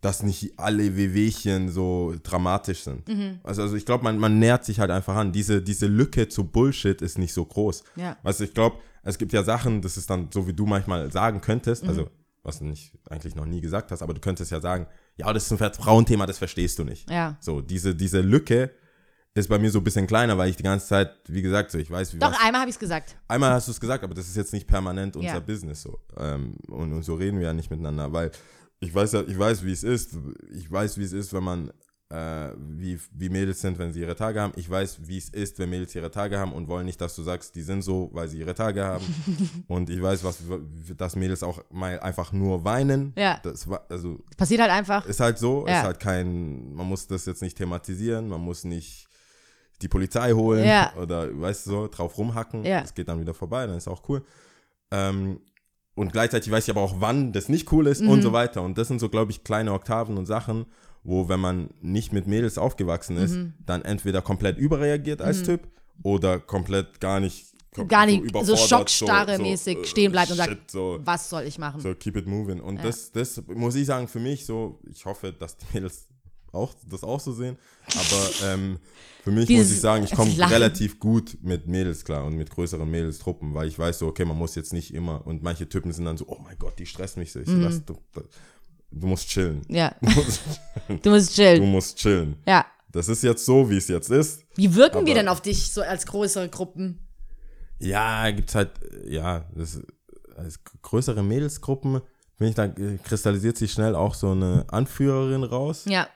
dass nicht alle Wehwehchen so dramatisch sind. Mhm. Also, also ich glaube, man, man nähert sich halt einfach an. Diese, diese Lücke zu Bullshit ist nicht so groß. Ja. Weißt du, ich glaube, es gibt ja Sachen, das ist dann so, wie du manchmal sagen könntest, Mhm. also was du nicht, eigentlich noch nie gesagt hast, aber du könntest ja sagen, ja, das ist ein Frauenthema, das verstehst du nicht. Ja. So, diese, diese Lücke ist bei mir so ein bisschen kleiner, weil ich die ganze Zeit, wie gesagt, so, ich weiß, wie Doch, was, einmal habe ich es gesagt. einmal hast du es gesagt, aber das ist jetzt nicht permanent unser Ja. Business so. Ähm, und, und so reden wir ja nicht miteinander, weil ich weiß ja, ich weiß, wie es ist. Ich weiß, wie es ist, wenn man, äh, wie, wie Mädels sind, wenn sie ihre Tage haben. Ich weiß, wie es ist, wenn Mädels ihre Tage haben und wollen nicht, dass du sagst, die sind so, weil sie ihre Tage haben. und ich weiß, was, dass Mädels auch mal einfach nur weinen. Ja. Das war, also Passiert halt einfach. ist halt so, Ja. ist halt kein, man muss das jetzt nicht thematisieren, man muss nicht die Polizei holen Ja. oder, weißt du, so, drauf rumhacken, Ja. das geht dann wieder vorbei, dann ist auch cool. Ähm, und gleichzeitig weiß ich aber auch, wann das nicht cool ist Mhm. und so weiter. Und das sind so, glaube ich, kleine Oktaven und Sachen, wo, wenn man nicht mit Mädels aufgewachsen ist, Mhm. dann entweder komplett überreagiert als Typ oder komplett gar nicht kom- Gar nicht, so überfordert, äh, schockstarre-mäßig stehen bleibt und sagt, shit, so, Was soll ich machen? so, keep it moving. Und das, das muss ich sagen, für mich so, ich hoffe, dass die Mädels auch, das auch so sehen. Aber ähm, für mich muss Dieses ich sagen, ich komme Lachen. relativ gut mit Mädels klar und mit größeren Mädelstruppen, weil ich weiß so, okay, man muss jetzt nicht immer. Und manche Typen sind dann so, oh mein Gott, die stressen mich so. Ich so, lass, du, du musst chillen. Mhm. Ja. Du Du musst, musst du chillen. musst chillen. Ja. Das ist jetzt so, wie es jetzt ist. Wie wirken wir Aber- denn auf dich so als größere Gruppen? Ja, gibt's halt, äh, ja, das, als größere Mädelsgruppen, bin ich dann, äh, kristallisiert sich schnell auch so eine Anführerin raus, Ja.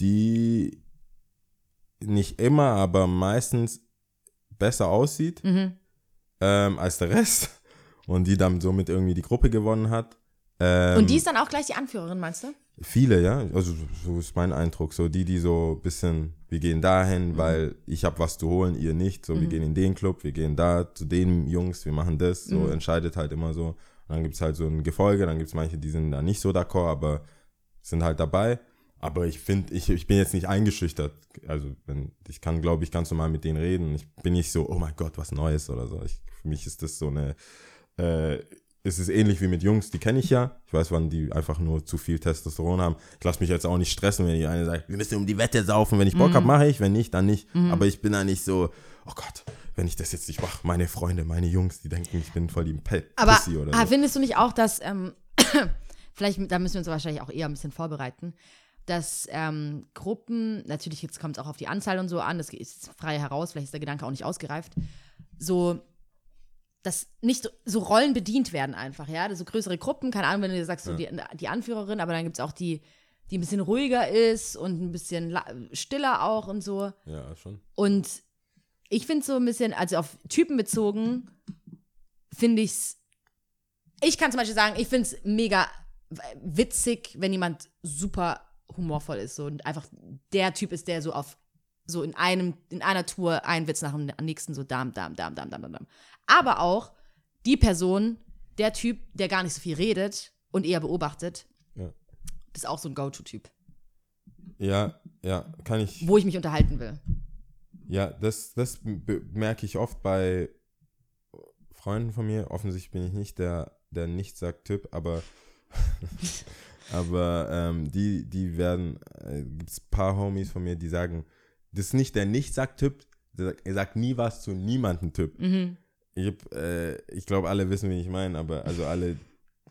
die nicht immer, aber meistens besser aussieht Mhm. ähm, als der Rest und die dann somit irgendwie die Gruppe gewonnen hat. Ähm, Und die ist dann auch gleich die Anführerin, meinst du? Viele, ja. Also so ist mein Eindruck. So die, die so ein bisschen, wir gehen dahin, weil ich habe was zu holen, ihr nicht. So, wir gehen in den Club, wir gehen da zu den Jungs, wir machen das. So entscheidet halt immer so. Und dann gibt's halt so ein Gefolge, dann gibt's manche, die sind da nicht so d'accord, aber sind halt dabei. Aber ich finde, ich, ich bin jetzt nicht eingeschüchtert. Also wenn, ich kann, glaube ich, ganz normal mit denen reden. Ich bin nicht so, oh mein Gott, was Neues oder so. Ich, für mich ist das so eine äh, es ist ähnlich wie mit Jungs, die kenne ich ja. Ich weiß, wann die einfach nur zu viel Testosteron haben. Ich lasse mich jetzt auch nicht stressen, wenn die eine sagt, wir müssen um die Wette saufen. Wenn ich Bock hab, habe, mache ich. Wenn nicht, dann nicht. Aber ich bin da nicht so, oh Gott, wenn ich das jetzt nicht mache, meine Freunde, meine Jungs, die denken, ich bin voll die Pe Aber Pussy oder ah, so. findest du nicht auch, dass, ähm, vielleicht, da müssen wir uns wahrscheinlich auch eher ein bisschen vorbereiten, dass ähm, Gruppen, natürlich jetzt kommt es auch auf die Anzahl und so an, das ist frei heraus, vielleicht ist der Gedanke auch nicht ausgereift, so, dass nicht so- so Rollen bedient werden einfach, ja, so größere Gruppen, keine Ahnung, wenn du sagst, so die, die Anführerin, aber dann gibt es auch die, die ein bisschen ruhiger ist und ein bisschen la- stiller auch und so. Ja, schon. Und ich finde so ein bisschen, also auf Typen bezogen, finde ich's. Ich kann zum Beispiel sagen, ich finde es mega witzig, wenn jemand super humorvoll ist so, und einfach der Typ ist, der so auf so in einem, in einer Tour einen Witz nach dem nächsten so dam, dam, dam, dam, dam, dam, dam. Aber auch die Person, der Typ, der gar nicht so viel redet und eher beobachtet, Ja. ist auch so ein Go-To-Typ, Ja, ja, kann ich. wo ich mich unterhalten will. Ja, das, das be- merke ich oft bei Freunden von mir. Offensichtlich bin ich nicht der, der Nichtsagt-Typ, aber, aber ähm, die, die werden, äh, gibt es ein paar Homies von mir, die sagen, das ist nicht der Nichtsagt-Typ, der sagt- er sagt nie was zu niemandem Typ. Ich, hab, äh, ich glaube, alle wissen, wen ich meine, aber also alle,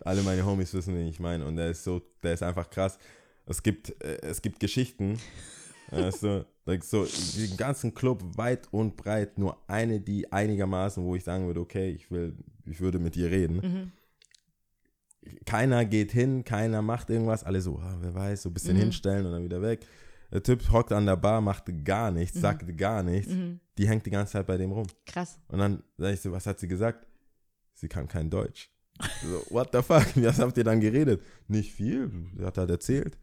alle meine Homies wissen, wen ich meine. Und der ist so, der ist einfach krass. Es gibt, äh, es gibt Geschichten. Weißt du, like so, den ganzen Club weit und breit, nur eine, die einigermaßen, wo ich sagen würde, okay, ich will, ich würde mit dir reden. Keiner geht hin, keiner macht irgendwas, alle so, ah, wer weiß, so ein bisschen hinstellen und dann wieder weg. Der Typ hockt an der Bar, macht gar nichts, sagt gar nichts, die hängt die ganze Zeit bei dem rum. Krass. Und dann sage ich so, was hat sie gesagt? Sie kann kein Deutsch. So, what the fuck? Was habt ihr dann geredet? Nicht viel, sie hat halt erzählt.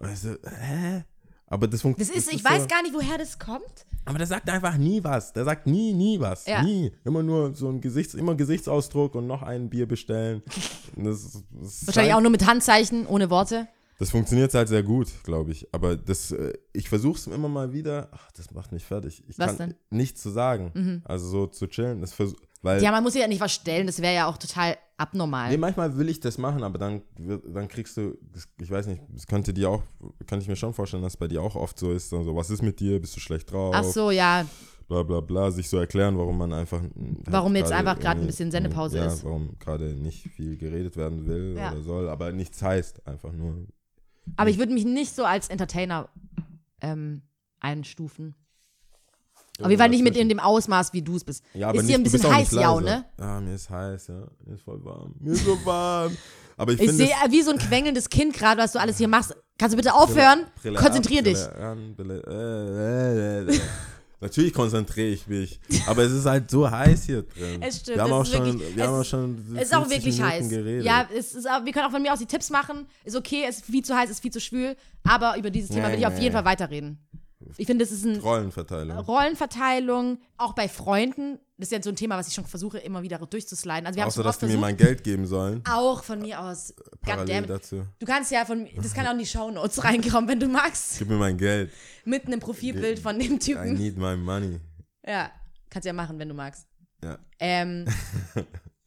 Also, hä? Aber das Das funktioniert. ist, ich weiß gar nicht, woher das kommt. Aber der sagt einfach nie was. Der sagt nie, nie was. Ja. Nie. Immer nur so ein Gesichts, immer Gesichtsausdruck und noch ein Bier bestellen. Und Das, das halt- Wahrscheinlich auch nur mit Handzeichen, ohne Worte. das funktioniert halt sehr gut, glaube ich. Aber das, äh, ich versuche es immer mal wieder. Ach, das macht mich fertig. Ich Was kann denn? Mhm. nichts zu sagen. Also so zu chillen. Das versuch, weil Ja, man muss sich ja nicht verstellen, das wäre ja auch total abnormal. Nee, manchmal will ich das machen, aber dann, wird- dann kriegst du, ich weiß nicht, das könnte dir auch, kann ich mir schon vorstellen, dass es bei dir auch oft so ist, dann so, was ist mit dir, bist du schlecht drauf, Ach so, ja. bla bla bla, sich so erklären, warum man einfach. mm, Warum jetzt einfach gerade ein irgendwie, bisschen Sendepause ja, ist. warum gerade nicht viel geredet werden will Ja. oder soll, aber nichts heißt, einfach nur. Aber ich würde mich nicht so als Entertainer ähm, einstufen. Auf jeden Fall nicht mit in dem Ausmaß, wie du es bist. Ja, aber ist nicht, dir ein du bist bisschen auch heiß, nicht ja, leise. ne? Ja, mir ist heiß, ja. Mir ist voll warm. Mir ist so warm. Aber ich, Ich finde sehe es- wie so ein quengelndes Kind gerade, was du alles hier machst. Kannst du bitte aufhören? Brille Konzentrier ab, dich. Brille An, Brille, äh, äh, äh, äh. Natürlich konzentriere ich mich, aber es ist halt so heiß hier drin. Es stimmt, Wir haben es auch ist schon, wirklich- wir es haben auch ist- schon Es ist auch 50 wirklich Minuten heiß. geredet. Ja, es ist auch, wir können auch von mir aus die Tipps machen. Ist okay, es ist viel zu heiß, ist viel zu schwül. Aber über dieses Thema Nee, will ich auf nee. jeden Fall weiterreden. Ich finde, das ist ein Rollenverteilung. Rollenverteilung, auch bei Freunden. Das ist ja so ein Thema, was ich schon versuche, immer wieder durchzusliden. Also wir Ah, haben Außer schon dass oft die mir versucht, mein Geld geben sollen. auch von mir aus. Parallel Goddammit. dazu. Du kannst ja von mir, das kann auch in die Shownotes reinkommen, wenn du magst. Gib mir mein Geld. Mit einem Profilbild von dem I Typen. need my money. Ja, kannst ja machen, wenn du magst. Ja. Ähm,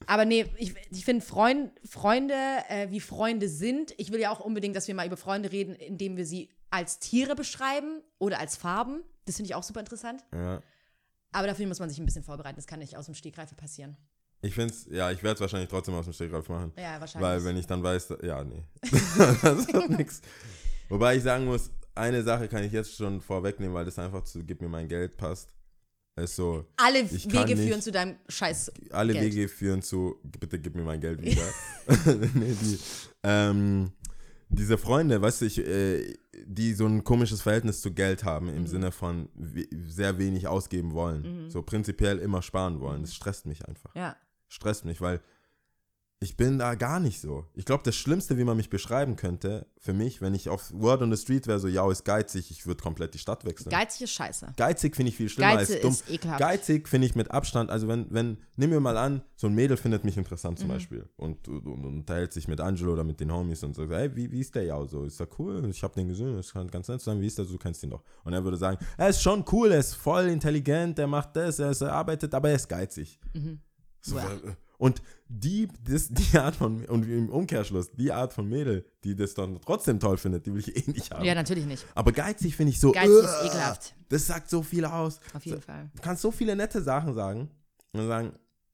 aber nee, ich, ich finde Freund, Freunde, äh, wie Freunde sind. Ich will ja auch unbedingt, dass wir mal über Freunde reden, indem wir sie als Tiere beschreiben oder als Farben. Das finde ich auch super interessant. ja. Aber dafür muss man sich ein bisschen vorbereiten. Das kann nicht aus dem Stegreife passieren. Ich finde es, ja, ich werde es wahrscheinlich trotzdem aus dem Stegreif machen. Ja, wahrscheinlich. Weil wenn ich dann weiß, da- ja, nee. das wird nix. Wobei ich sagen muss, eine Sache kann ich jetzt schon vorwegnehmen, weil das einfach zu Gib mir mein Geld passt. Ist so, Alle Ich kann Wege nicht- führen zu deinem Scheiß. alle Geld. Wege führen zu Bitte gib mir mein Geld wieder. nee, die, ähm, diese Freunde, weißt du, ich, äh, die so ein komisches Verhältnis zu Geld haben, im Sinne von we sehr wenig ausgeben wollen. So prinzipiell immer sparen wollen. Das stresst mich einfach. Ja. Stresst mich, weil ich bin da gar nicht so. Ich glaube, das Schlimmste, wie man mich beschreiben könnte, für mich, wenn ich auf Word on the Street wäre, so, ja, ist geizig, ich würde komplett die Stadt wechseln. Geizig ist scheiße. Geizig finde ich viel schlimmer Geize als dumm. ist ekelhaft. Geizig finde ich mit Abstand, also wenn, wenn, nehmen wir mal an, so ein Mädel findet mich interessant Mhm. zum Beispiel und, und, und unterhält sich mit Angelo oder mit den Homies und sagt, hey, wie, wie ist der ja so? Ist der cool? Ich habe den gesehen, das kann ganz nett sein, wie ist der, so? du kennst ihn doch. Und er würde sagen, er ist schon cool, er ist voll intelligent, er macht das, er, ist, er arbeitet, aber er ist geizig. So, Mhm. Wow. äh, und die, das, die Art von, und im Umkehrschluss, die Art von Mädel, die das dann trotzdem toll findet, die will ich eh nicht haben. Ja, natürlich nicht. Aber geizig finde ich so. Geizig ist äh, ekelhaft. Das sagt so viel aus. Auf jeden so, Fall. Du kannst so viele nette Sachen sagen und sagen,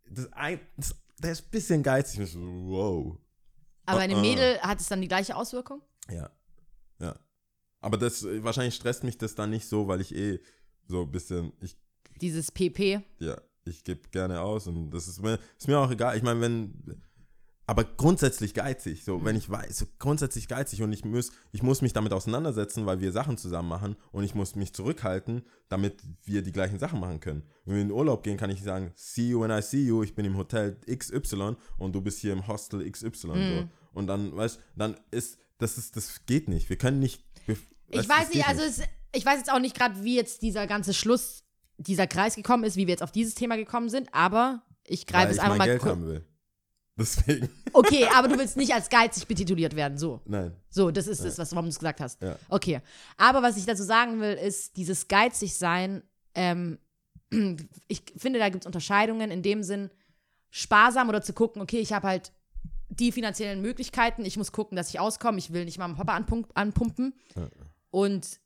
das ein, das, der ist ein bisschen geizig. Und ich so, wow. Aber eine Ah, ah. Mädel hat es dann die gleiche Auswirkung? Ja. Ja. Aber das, äh, wahrscheinlich stresst mich das dann nicht so, weil ich eh so ein bisschen, ich, Dieses PP. ja, ich gebe gerne aus und das ist mir, ist mir auch egal. Ich meine, wenn, aber grundsätzlich geizig, so, Mhm. wenn ich weiß, so grundsätzlich geizig und ich muss, ich muss mich damit auseinandersetzen, weil wir Sachen zusammen machen und ich muss mich zurückhalten, damit wir die gleichen Sachen machen können. Wenn wir in den Urlaub gehen, kann ich sagen, see you when I see you, ich bin im Hotel XY und du bist hier im Hostel XY, Mhm. so. Und dann, weißt, dann ist, das ist, das geht nicht. Wir können nicht, wir, Ich weiß nicht, also es, ich weiß jetzt auch nicht gerade, wie jetzt dieser ganze Schluss, dieser Kreis gekommen ist, wie wir jetzt auf dieses Thema gekommen sind, aber ich greife weil es ich einfach mein mal Geld kur- haben will. Deswegen, Okay, aber du willst nicht als geizig betituliert werden, so. nein. So, das ist das, was, warum du es gesagt hast. Ja. Okay. Aber was ich dazu sagen will, ist, dieses geizig sein, ähm, ich finde, da gibt es Unterscheidungen in dem Sinn, sparsam oder zu gucken, okay, ich habe halt die finanziellen Möglichkeiten, ich muss gucken, dass ich auskomme, ich will nicht Mama und Papa anpump anpumpen. Ja. Und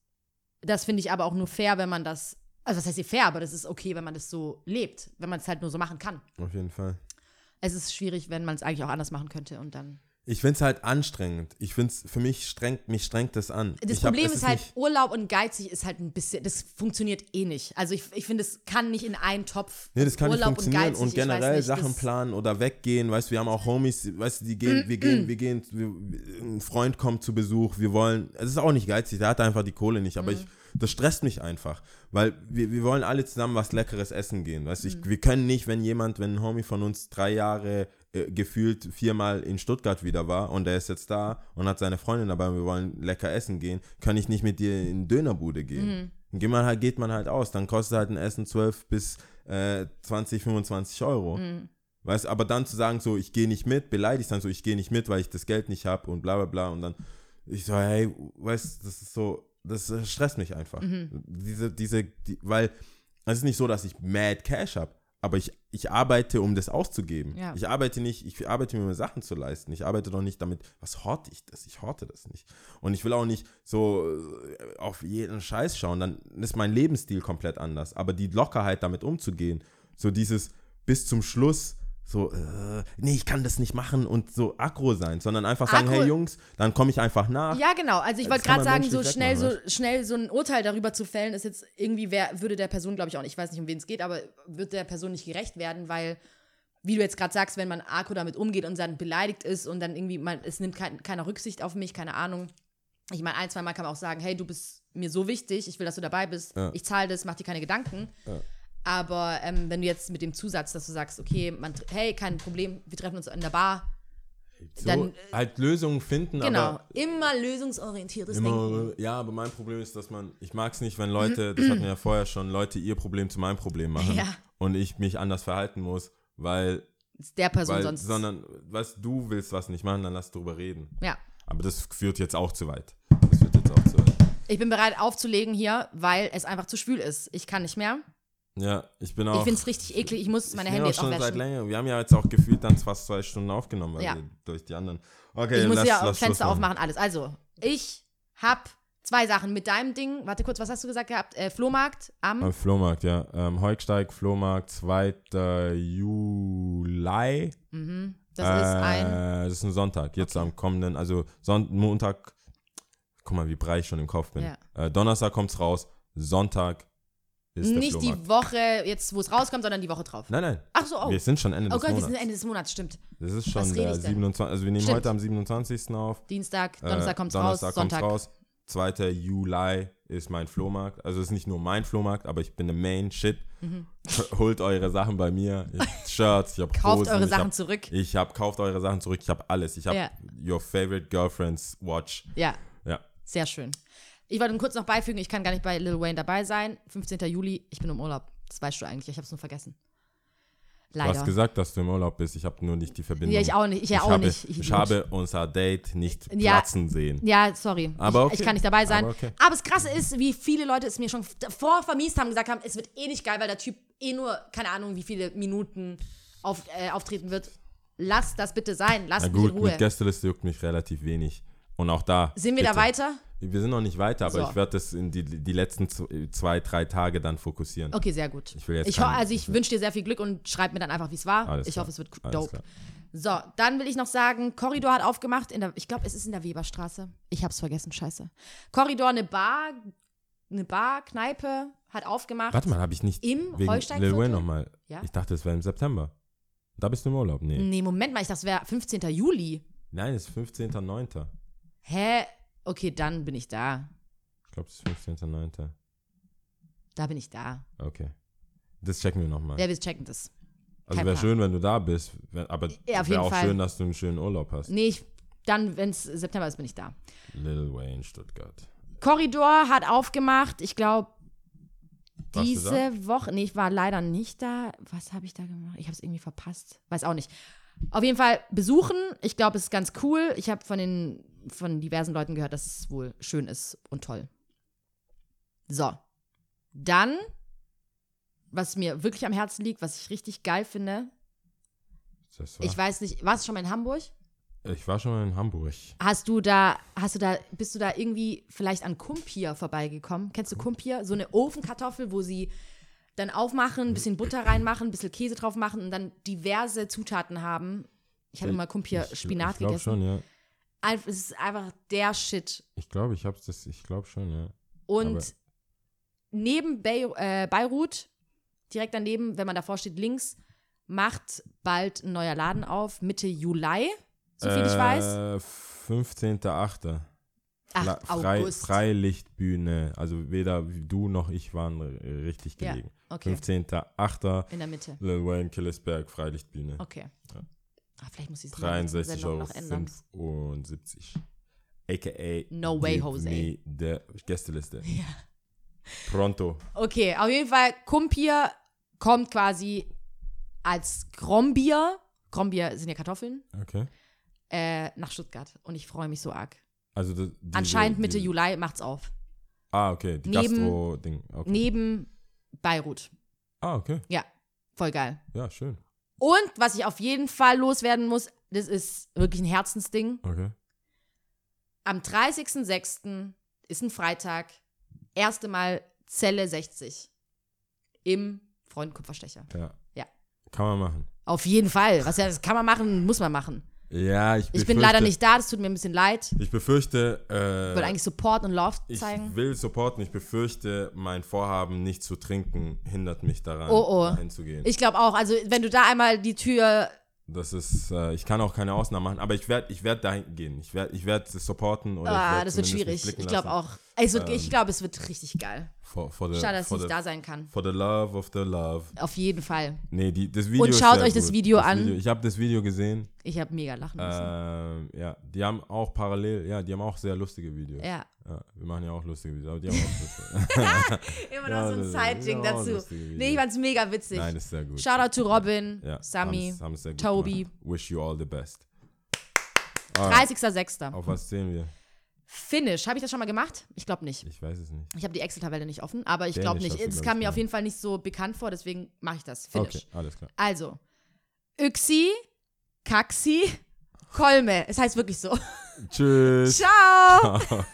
das finde ich aber auch nur fair, wenn man das, also was heißt hier fair, aber das ist okay, wenn man das so lebt, wenn man es halt nur so machen kann. Auf jeden Fall. Es ist schwierig, wenn man es eigentlich auch anders machen könnte und dann Ich finde es halt anstrengend. Ich finde es, für mich strengt, mich strengt das an. Das ich hab- Problem es ist halt, nicht- Urlaub und geizig ist halt ein bisschen, das funktioniert eh nicht. Also ich, ich finde, es kann nicht in einen Topf. Nee, das kann Urlaub nicht funktionieren und, geizig, ich weiß generell nicht, Sachen das- planen oder weggehen, weißt du, wir haben auch Homies, weißt du, die gehen, wir gehen, wir gehen, wir, ein Freund kommt zu Besuch, wir wollen, es ist auch nicht geizig, der hat einfach die Kohle nicht, aber ich, das stresst mich einfach, weil wir, wir wollen alle zusammen was Leckeres essen gehen, weißt du, ich, wir können nicht, wenn jemand, wenn ein Homie von uns drei Jahre äh, gefühlt viermal in Stuttgart wieder war und der ist jetzt da und hat seine Freundin dabei und wir wollen lecker essen gehen, kann ich nicht mit dir in eine Dönerbude gehen. Dann Geht man, halt, geht man halt aus, dann kostet halt ein Essen 12 bis äh, 20, 25 Euro. Weißt aber dann zu sagen, so, ich gehe nicht mit, beleidigt dann so, ich gehe nicht mit, weil ich das Geld nicht habe und bla bla bla. Und dann, ich so, hey, weißt das ist so, das äh, stresst mich einfach. Mhm. Diese, diese, die, weil es ist nicht so, dass ich mad Cash habe, aber ich, ich arbeite, um das auszugeben. Ja. Ich arbeite nicht, ich arbeite mir, um Sachen zu leisten. Ich arbeite doch nicht damit, was horte ich das? Ich horte das nicht. Und ich will auch nicht so äh, auf jeden Scheiß schauen, dann ist mein Lebensstil komplett anders. Aber die Lockerheit, damit umzugehen, so dieses bis zum Schluss, so, äh, nee, ich kann das nicht machen und so aggro sein, sondern einfach sagen, Aggro- hey Jungs, dann komme ich einfach nach. Ja, genau. Also ich Das wollte kann gerade sagen, man so menschlich schnell, so wegmachen, schnell so ein Urteil darüber zu fällen, ist jetzt irgendwie, wer, würde der Person, glaube ich, auch nicht, ich weiß nicht, um wen es geht, aber wird der Person nicht gerecht werden, weil, wie du jetzt gerade sagst, wenn man Akku damit umgeht und dann beleidigt ist und dann irgendwie, man, es nimmt kein, keiner Rücksicht auf mich, keine Ahnung. Ich meine, ein, zwei Mal kann man auch sagen, hey, du bist mir so wichtig, ich will, dass du dabei bist, Ja. ich zahle das, mach dir keine Gedanken. Aber ähm, wenn du jetzt mit dem Zusatz, dass du sagst, okay, man, tr- hey, kein Problem, wir treffen uns in der Bar. so, dann- halt Lösungen finden, Genau, aber immer lösungsorientiertes Denken. Immer, ja, aber mein Problem ist, dass man, ich mag es nicht, Mhm. wenn Leute, das hatten wir ja vorher schon, Leute ihr Problem zu meinem Problem machen Ja. und ich mich anders verhalten muss, weil, Der Person weil Also sonst. sondern, weißt du, du willst was nicht machen, dann lass drüber reden. Ja. Aber das führt jetzt auch zu weit. Das führt jetzt auch zu weit. Ich bin bereit aufzulegen hier, weil es einfach zu schwül ist. Ich kann nicht mehr. Ja, ich bin auch. Ich finde es richtig eklig. Ich muss meine ich bin Hände auch jetzt auch schon seit waschen. länger. Wir haben ja jetzt auch gefühlt dann fast zwei Stunden aufgenommen, weil Ja. wir durch die anderen. Okay, Ich muss lass, ja auch lass Fenster Schluss machen. aufmachen, alles. Also, ich hab zwei Sachen mit deinem Ding. Warte kurz, was hast du gesagt gehabt? Äh, Flohmarkt am. Am Flohmarkt, ja. Ähm, Heugsteig, Flohmarkt, 2. Juli. Das ist ein. Äh, das ist ein Sonntag, jetzt am kommenden, also Son Montag Guck mal, wie breit ich schon im Kopf bin. Ja. Äh, Donnerstag kommt's raus, Sonntag ist der Nicht Flohmarkt. die Woche, jetzt wo es rauskommt, sondern die Woche drauf. Nein, nein. Ach so, oh. Wir sind schon Ende oh des Gott, wir sind Monats. Ende des Monats, stimmt. Das ist Was schon rede der ich denn? 27. Also wir nehmen Stimmt. heute am 27. auf. Dienstag, Äh, Donnerstag kommt's raus, Donnerstag kommt's Sonntag. raus. 2. Juli ist mein Flohmarkt. Also es ist nicht nur mein Flohmarkt, aber ich bin der Main Shit. Mhm. Holt eure Sachen bei mir. Ich, Shirts, ich hab Kauft Hosen, eure ich Sachen hab, zurück. Ich hab, kauft eure Sachen zurück. Ich hab alles. Ich hab Ja. your favorite girlfriend's watch. Ja, Ja. sehr schön. Ich wollte kurz noch beifügen, ich kann gar nicht bei Lil Wayne dabei sein. 15. Juli, ich bin im Urlaub. Das weißt du eigentlich, ich habe es nur vergessen. Du Leider. hast gesagt, dass du im Urlaub bist. Ich habe nur nicht die Verbindung. Ja, ich auch nicht. Ich ja auch habe, nicht. Ich, Ich- habe unser Date nicht Ja. platzen sehen. Ja, sorry. Aber ich, okay. ich kann nicht dabei sein. Aber Aber, okay. das Krasse ist, wie viele Leute es mir schon davor vermiest haben, gesagt haben, es wird eh nicht geil, weil der Typ eh nur, keine Ahnung, wie viele Minuten auf, äh, auftreten wird. Lasst das bitte sein. Lasst Na mich gut, in Ruhe. mit Gästeliste juckt mich relativ wenig. Und auch da. Sind wir da bitte. weiter? Wir sind noch nicht weiter, aber So. ich werde das in die, die letzten z- zwei, drei Tage dann fokussieren. Okay, sehr gut. Ich will jetzt ho- keinen- also ich wünsche dir sehr viel Glück und schreib mir dann einfach, wie es war. Alles ich klar. hoffe, es wird Alles dope. klar. So, dann will ich noch sagen, Korridor hat aufgemacht. In der, ich glaube, es ist in der Weberstraße. Ich hab's vergessen, scheiße. Korridor, eine Bar, eine Bar, Kneipe hat aufgemacht. Warte mal, habe ich nicht. Im wegen Lil Holsteinviertel? Wayne nochmal. Ja. Hm. Ich dachte, es wäre im September. Da bist du im Urlaub. Nee. Nee, Moment mal, ich dachte, es wäre 15. Juli. Nein, es ist 15.09. Hä? Okay, dann bin ich da. Ich glaube, es ist 15.09. Da bin ich da. Okay. Das checken wir nochmal. Ja, wir checken das. Also kein wäre Plan. schön, wenn du da bist, wenn- aber Ja, auf wäre jeden auch Fall. schön, dass du einen schönen Urlaub hast. Nee, ich, dann, wenn es September ist, bin ich da. Lil Wayne Stuttgart. Korridor hat aufgemacht. Ich glaube, Warst du da? diese Woche. Nee, ich war leider nicht da. Was habe ich da gemacht? Ich habe es irgendwie verpasst. Weiß auch nicht. Auf jeden Fall besuchen. Ich glaube, es ist ganz cool. Ich habe von den von diversen Leuten gehört, dass es wohl schön ist und toll. So. Dann, was mir wirklich am Herzen liegt, was ich richtig geil finde. Das war, Ich weiß nicht, warst du schon mal in Hamburg? ich war schon mal in Hamburg. Hast du da, hast du da, bist du da irgendwie vielleicht an Kumpir vorbeigekommen? Kennst du Kumpir? So eine Ofenkartoffel, wo sie dann aufmachen, ein bisschen Butter reinmachen, ein bisschen Käse drauf machen und dann diverse Zutaten haben. Ich habe immer Kumpir Ich- Spinat ich glaub gegessen. schon, ja. Einf- Es ist einfach der Shit. Ich glaube, ich hab's das, ich glaube schon, ja. Und Aber- neben Bei äh, Beirut, direkt daneben, wenn man davor steht, links, macht bald ein neuer Laden auf, Mitte Juli, soviel ich weiß. Äh, 15.8. Ach, La- Frei, August. Freilichtbühne. Also weder du noch ich waren äh, richtig Ja, gelegen. okay. 15.8. In der Mitte. Lil Wayne Killesberg, Freilichtbühne. Okay. Ah, vielleicht muss ich es 63,75 Euro. noch ändern. AKA No way, give Jose. me der Gästeliste. Pronto. Okay, auf jeden Fall, Kumpier kommt quasi als Grombier. Grombier sind ja Kartoffeln, Okay. äh, nach Stuttgart. Und ich freue mich so arg. Also das, diese, Anscheinend Mitte diese- Juli macht's auf. Ah, okay. Die Neben- Gastro-Ding. Okay. Neben Beirut. Ah, okay. Ja, voll geil. Ja, schön. Und was ich auf jeden Fall loswerden muss, das ist wirklich ein Herzensding. Okay. Am 30.06. ist ein Freitag. Erste Mal Zelle 60. Im Freund Kupferstecher. Ja. Ja. Kann man machen. Auf jeden Fall. Was ja, das kann man machen, muss man machen. Ja, ich Ich befürchte, bin leider nicht da, das tut mir ein bisschen leid. Ich befürchte, Ich wollte äh, eigentlich Support und Love ich zeigen. will supporten. Ich befürchte, mein Vorhaben, nicht zu trinken, hindert mich daran, Oh, oh. hinzugehen. Ich glaube auch, also wenn du da einmal die Tür. das ist, äh, ich kann auch keine Ausnahmen machen, aber ich werde ich werd dahin gehen. Ich werde ich werd es supporten. Oder ich Ah, werd das wird zumindest schwierig. mich blicken Ich glaube lassen. Ähm, äh, auch. Also, ich glaube, es wird richtig geil. For, for the, Schade, dass ich for nicht the, da sein kann. For the love of the love. Auf jeden Fall. Nee, die, das Video Und ist schaut sehr euch das gut. Video das an. Video, ich habe das Video gesehen. Ich habe mega lachen müssen. Ähm, ja, die haben auch parallel, ja, die haben auch sehr lustige Videos. Ja. Ja, wir machen ja auch lustige Videos, aber die haben auch lustige. Immer ja, noch so ein das- das Side-Ding sind auch dazu. lustige Videos. Nee, ich fand's mega witzig. Nein, ist sehr gut. Shoutout to Robin, ja, Sammy, haben's- haben's sehr gut Toby. gemacht. Wish you all the best. 30.06. Auf was zählen wir? Finish. Habe ich das schon mal gemacht? Ich glaube nicht. Ich weiß es nicht. Ich habe die Excel-Tabelle nicht offen, aber ich glaube Dänisch nicht. hast du, Es glaub kam ich, mir auf gemacht. jeden Fall nicht so bekannt vor, deswegen mache ich das. Finish. Okay, alles klar. Also, Yxi, Kaxi, Kolme. Es heißt wirklich so. Tschüss. Ciao! Ciao.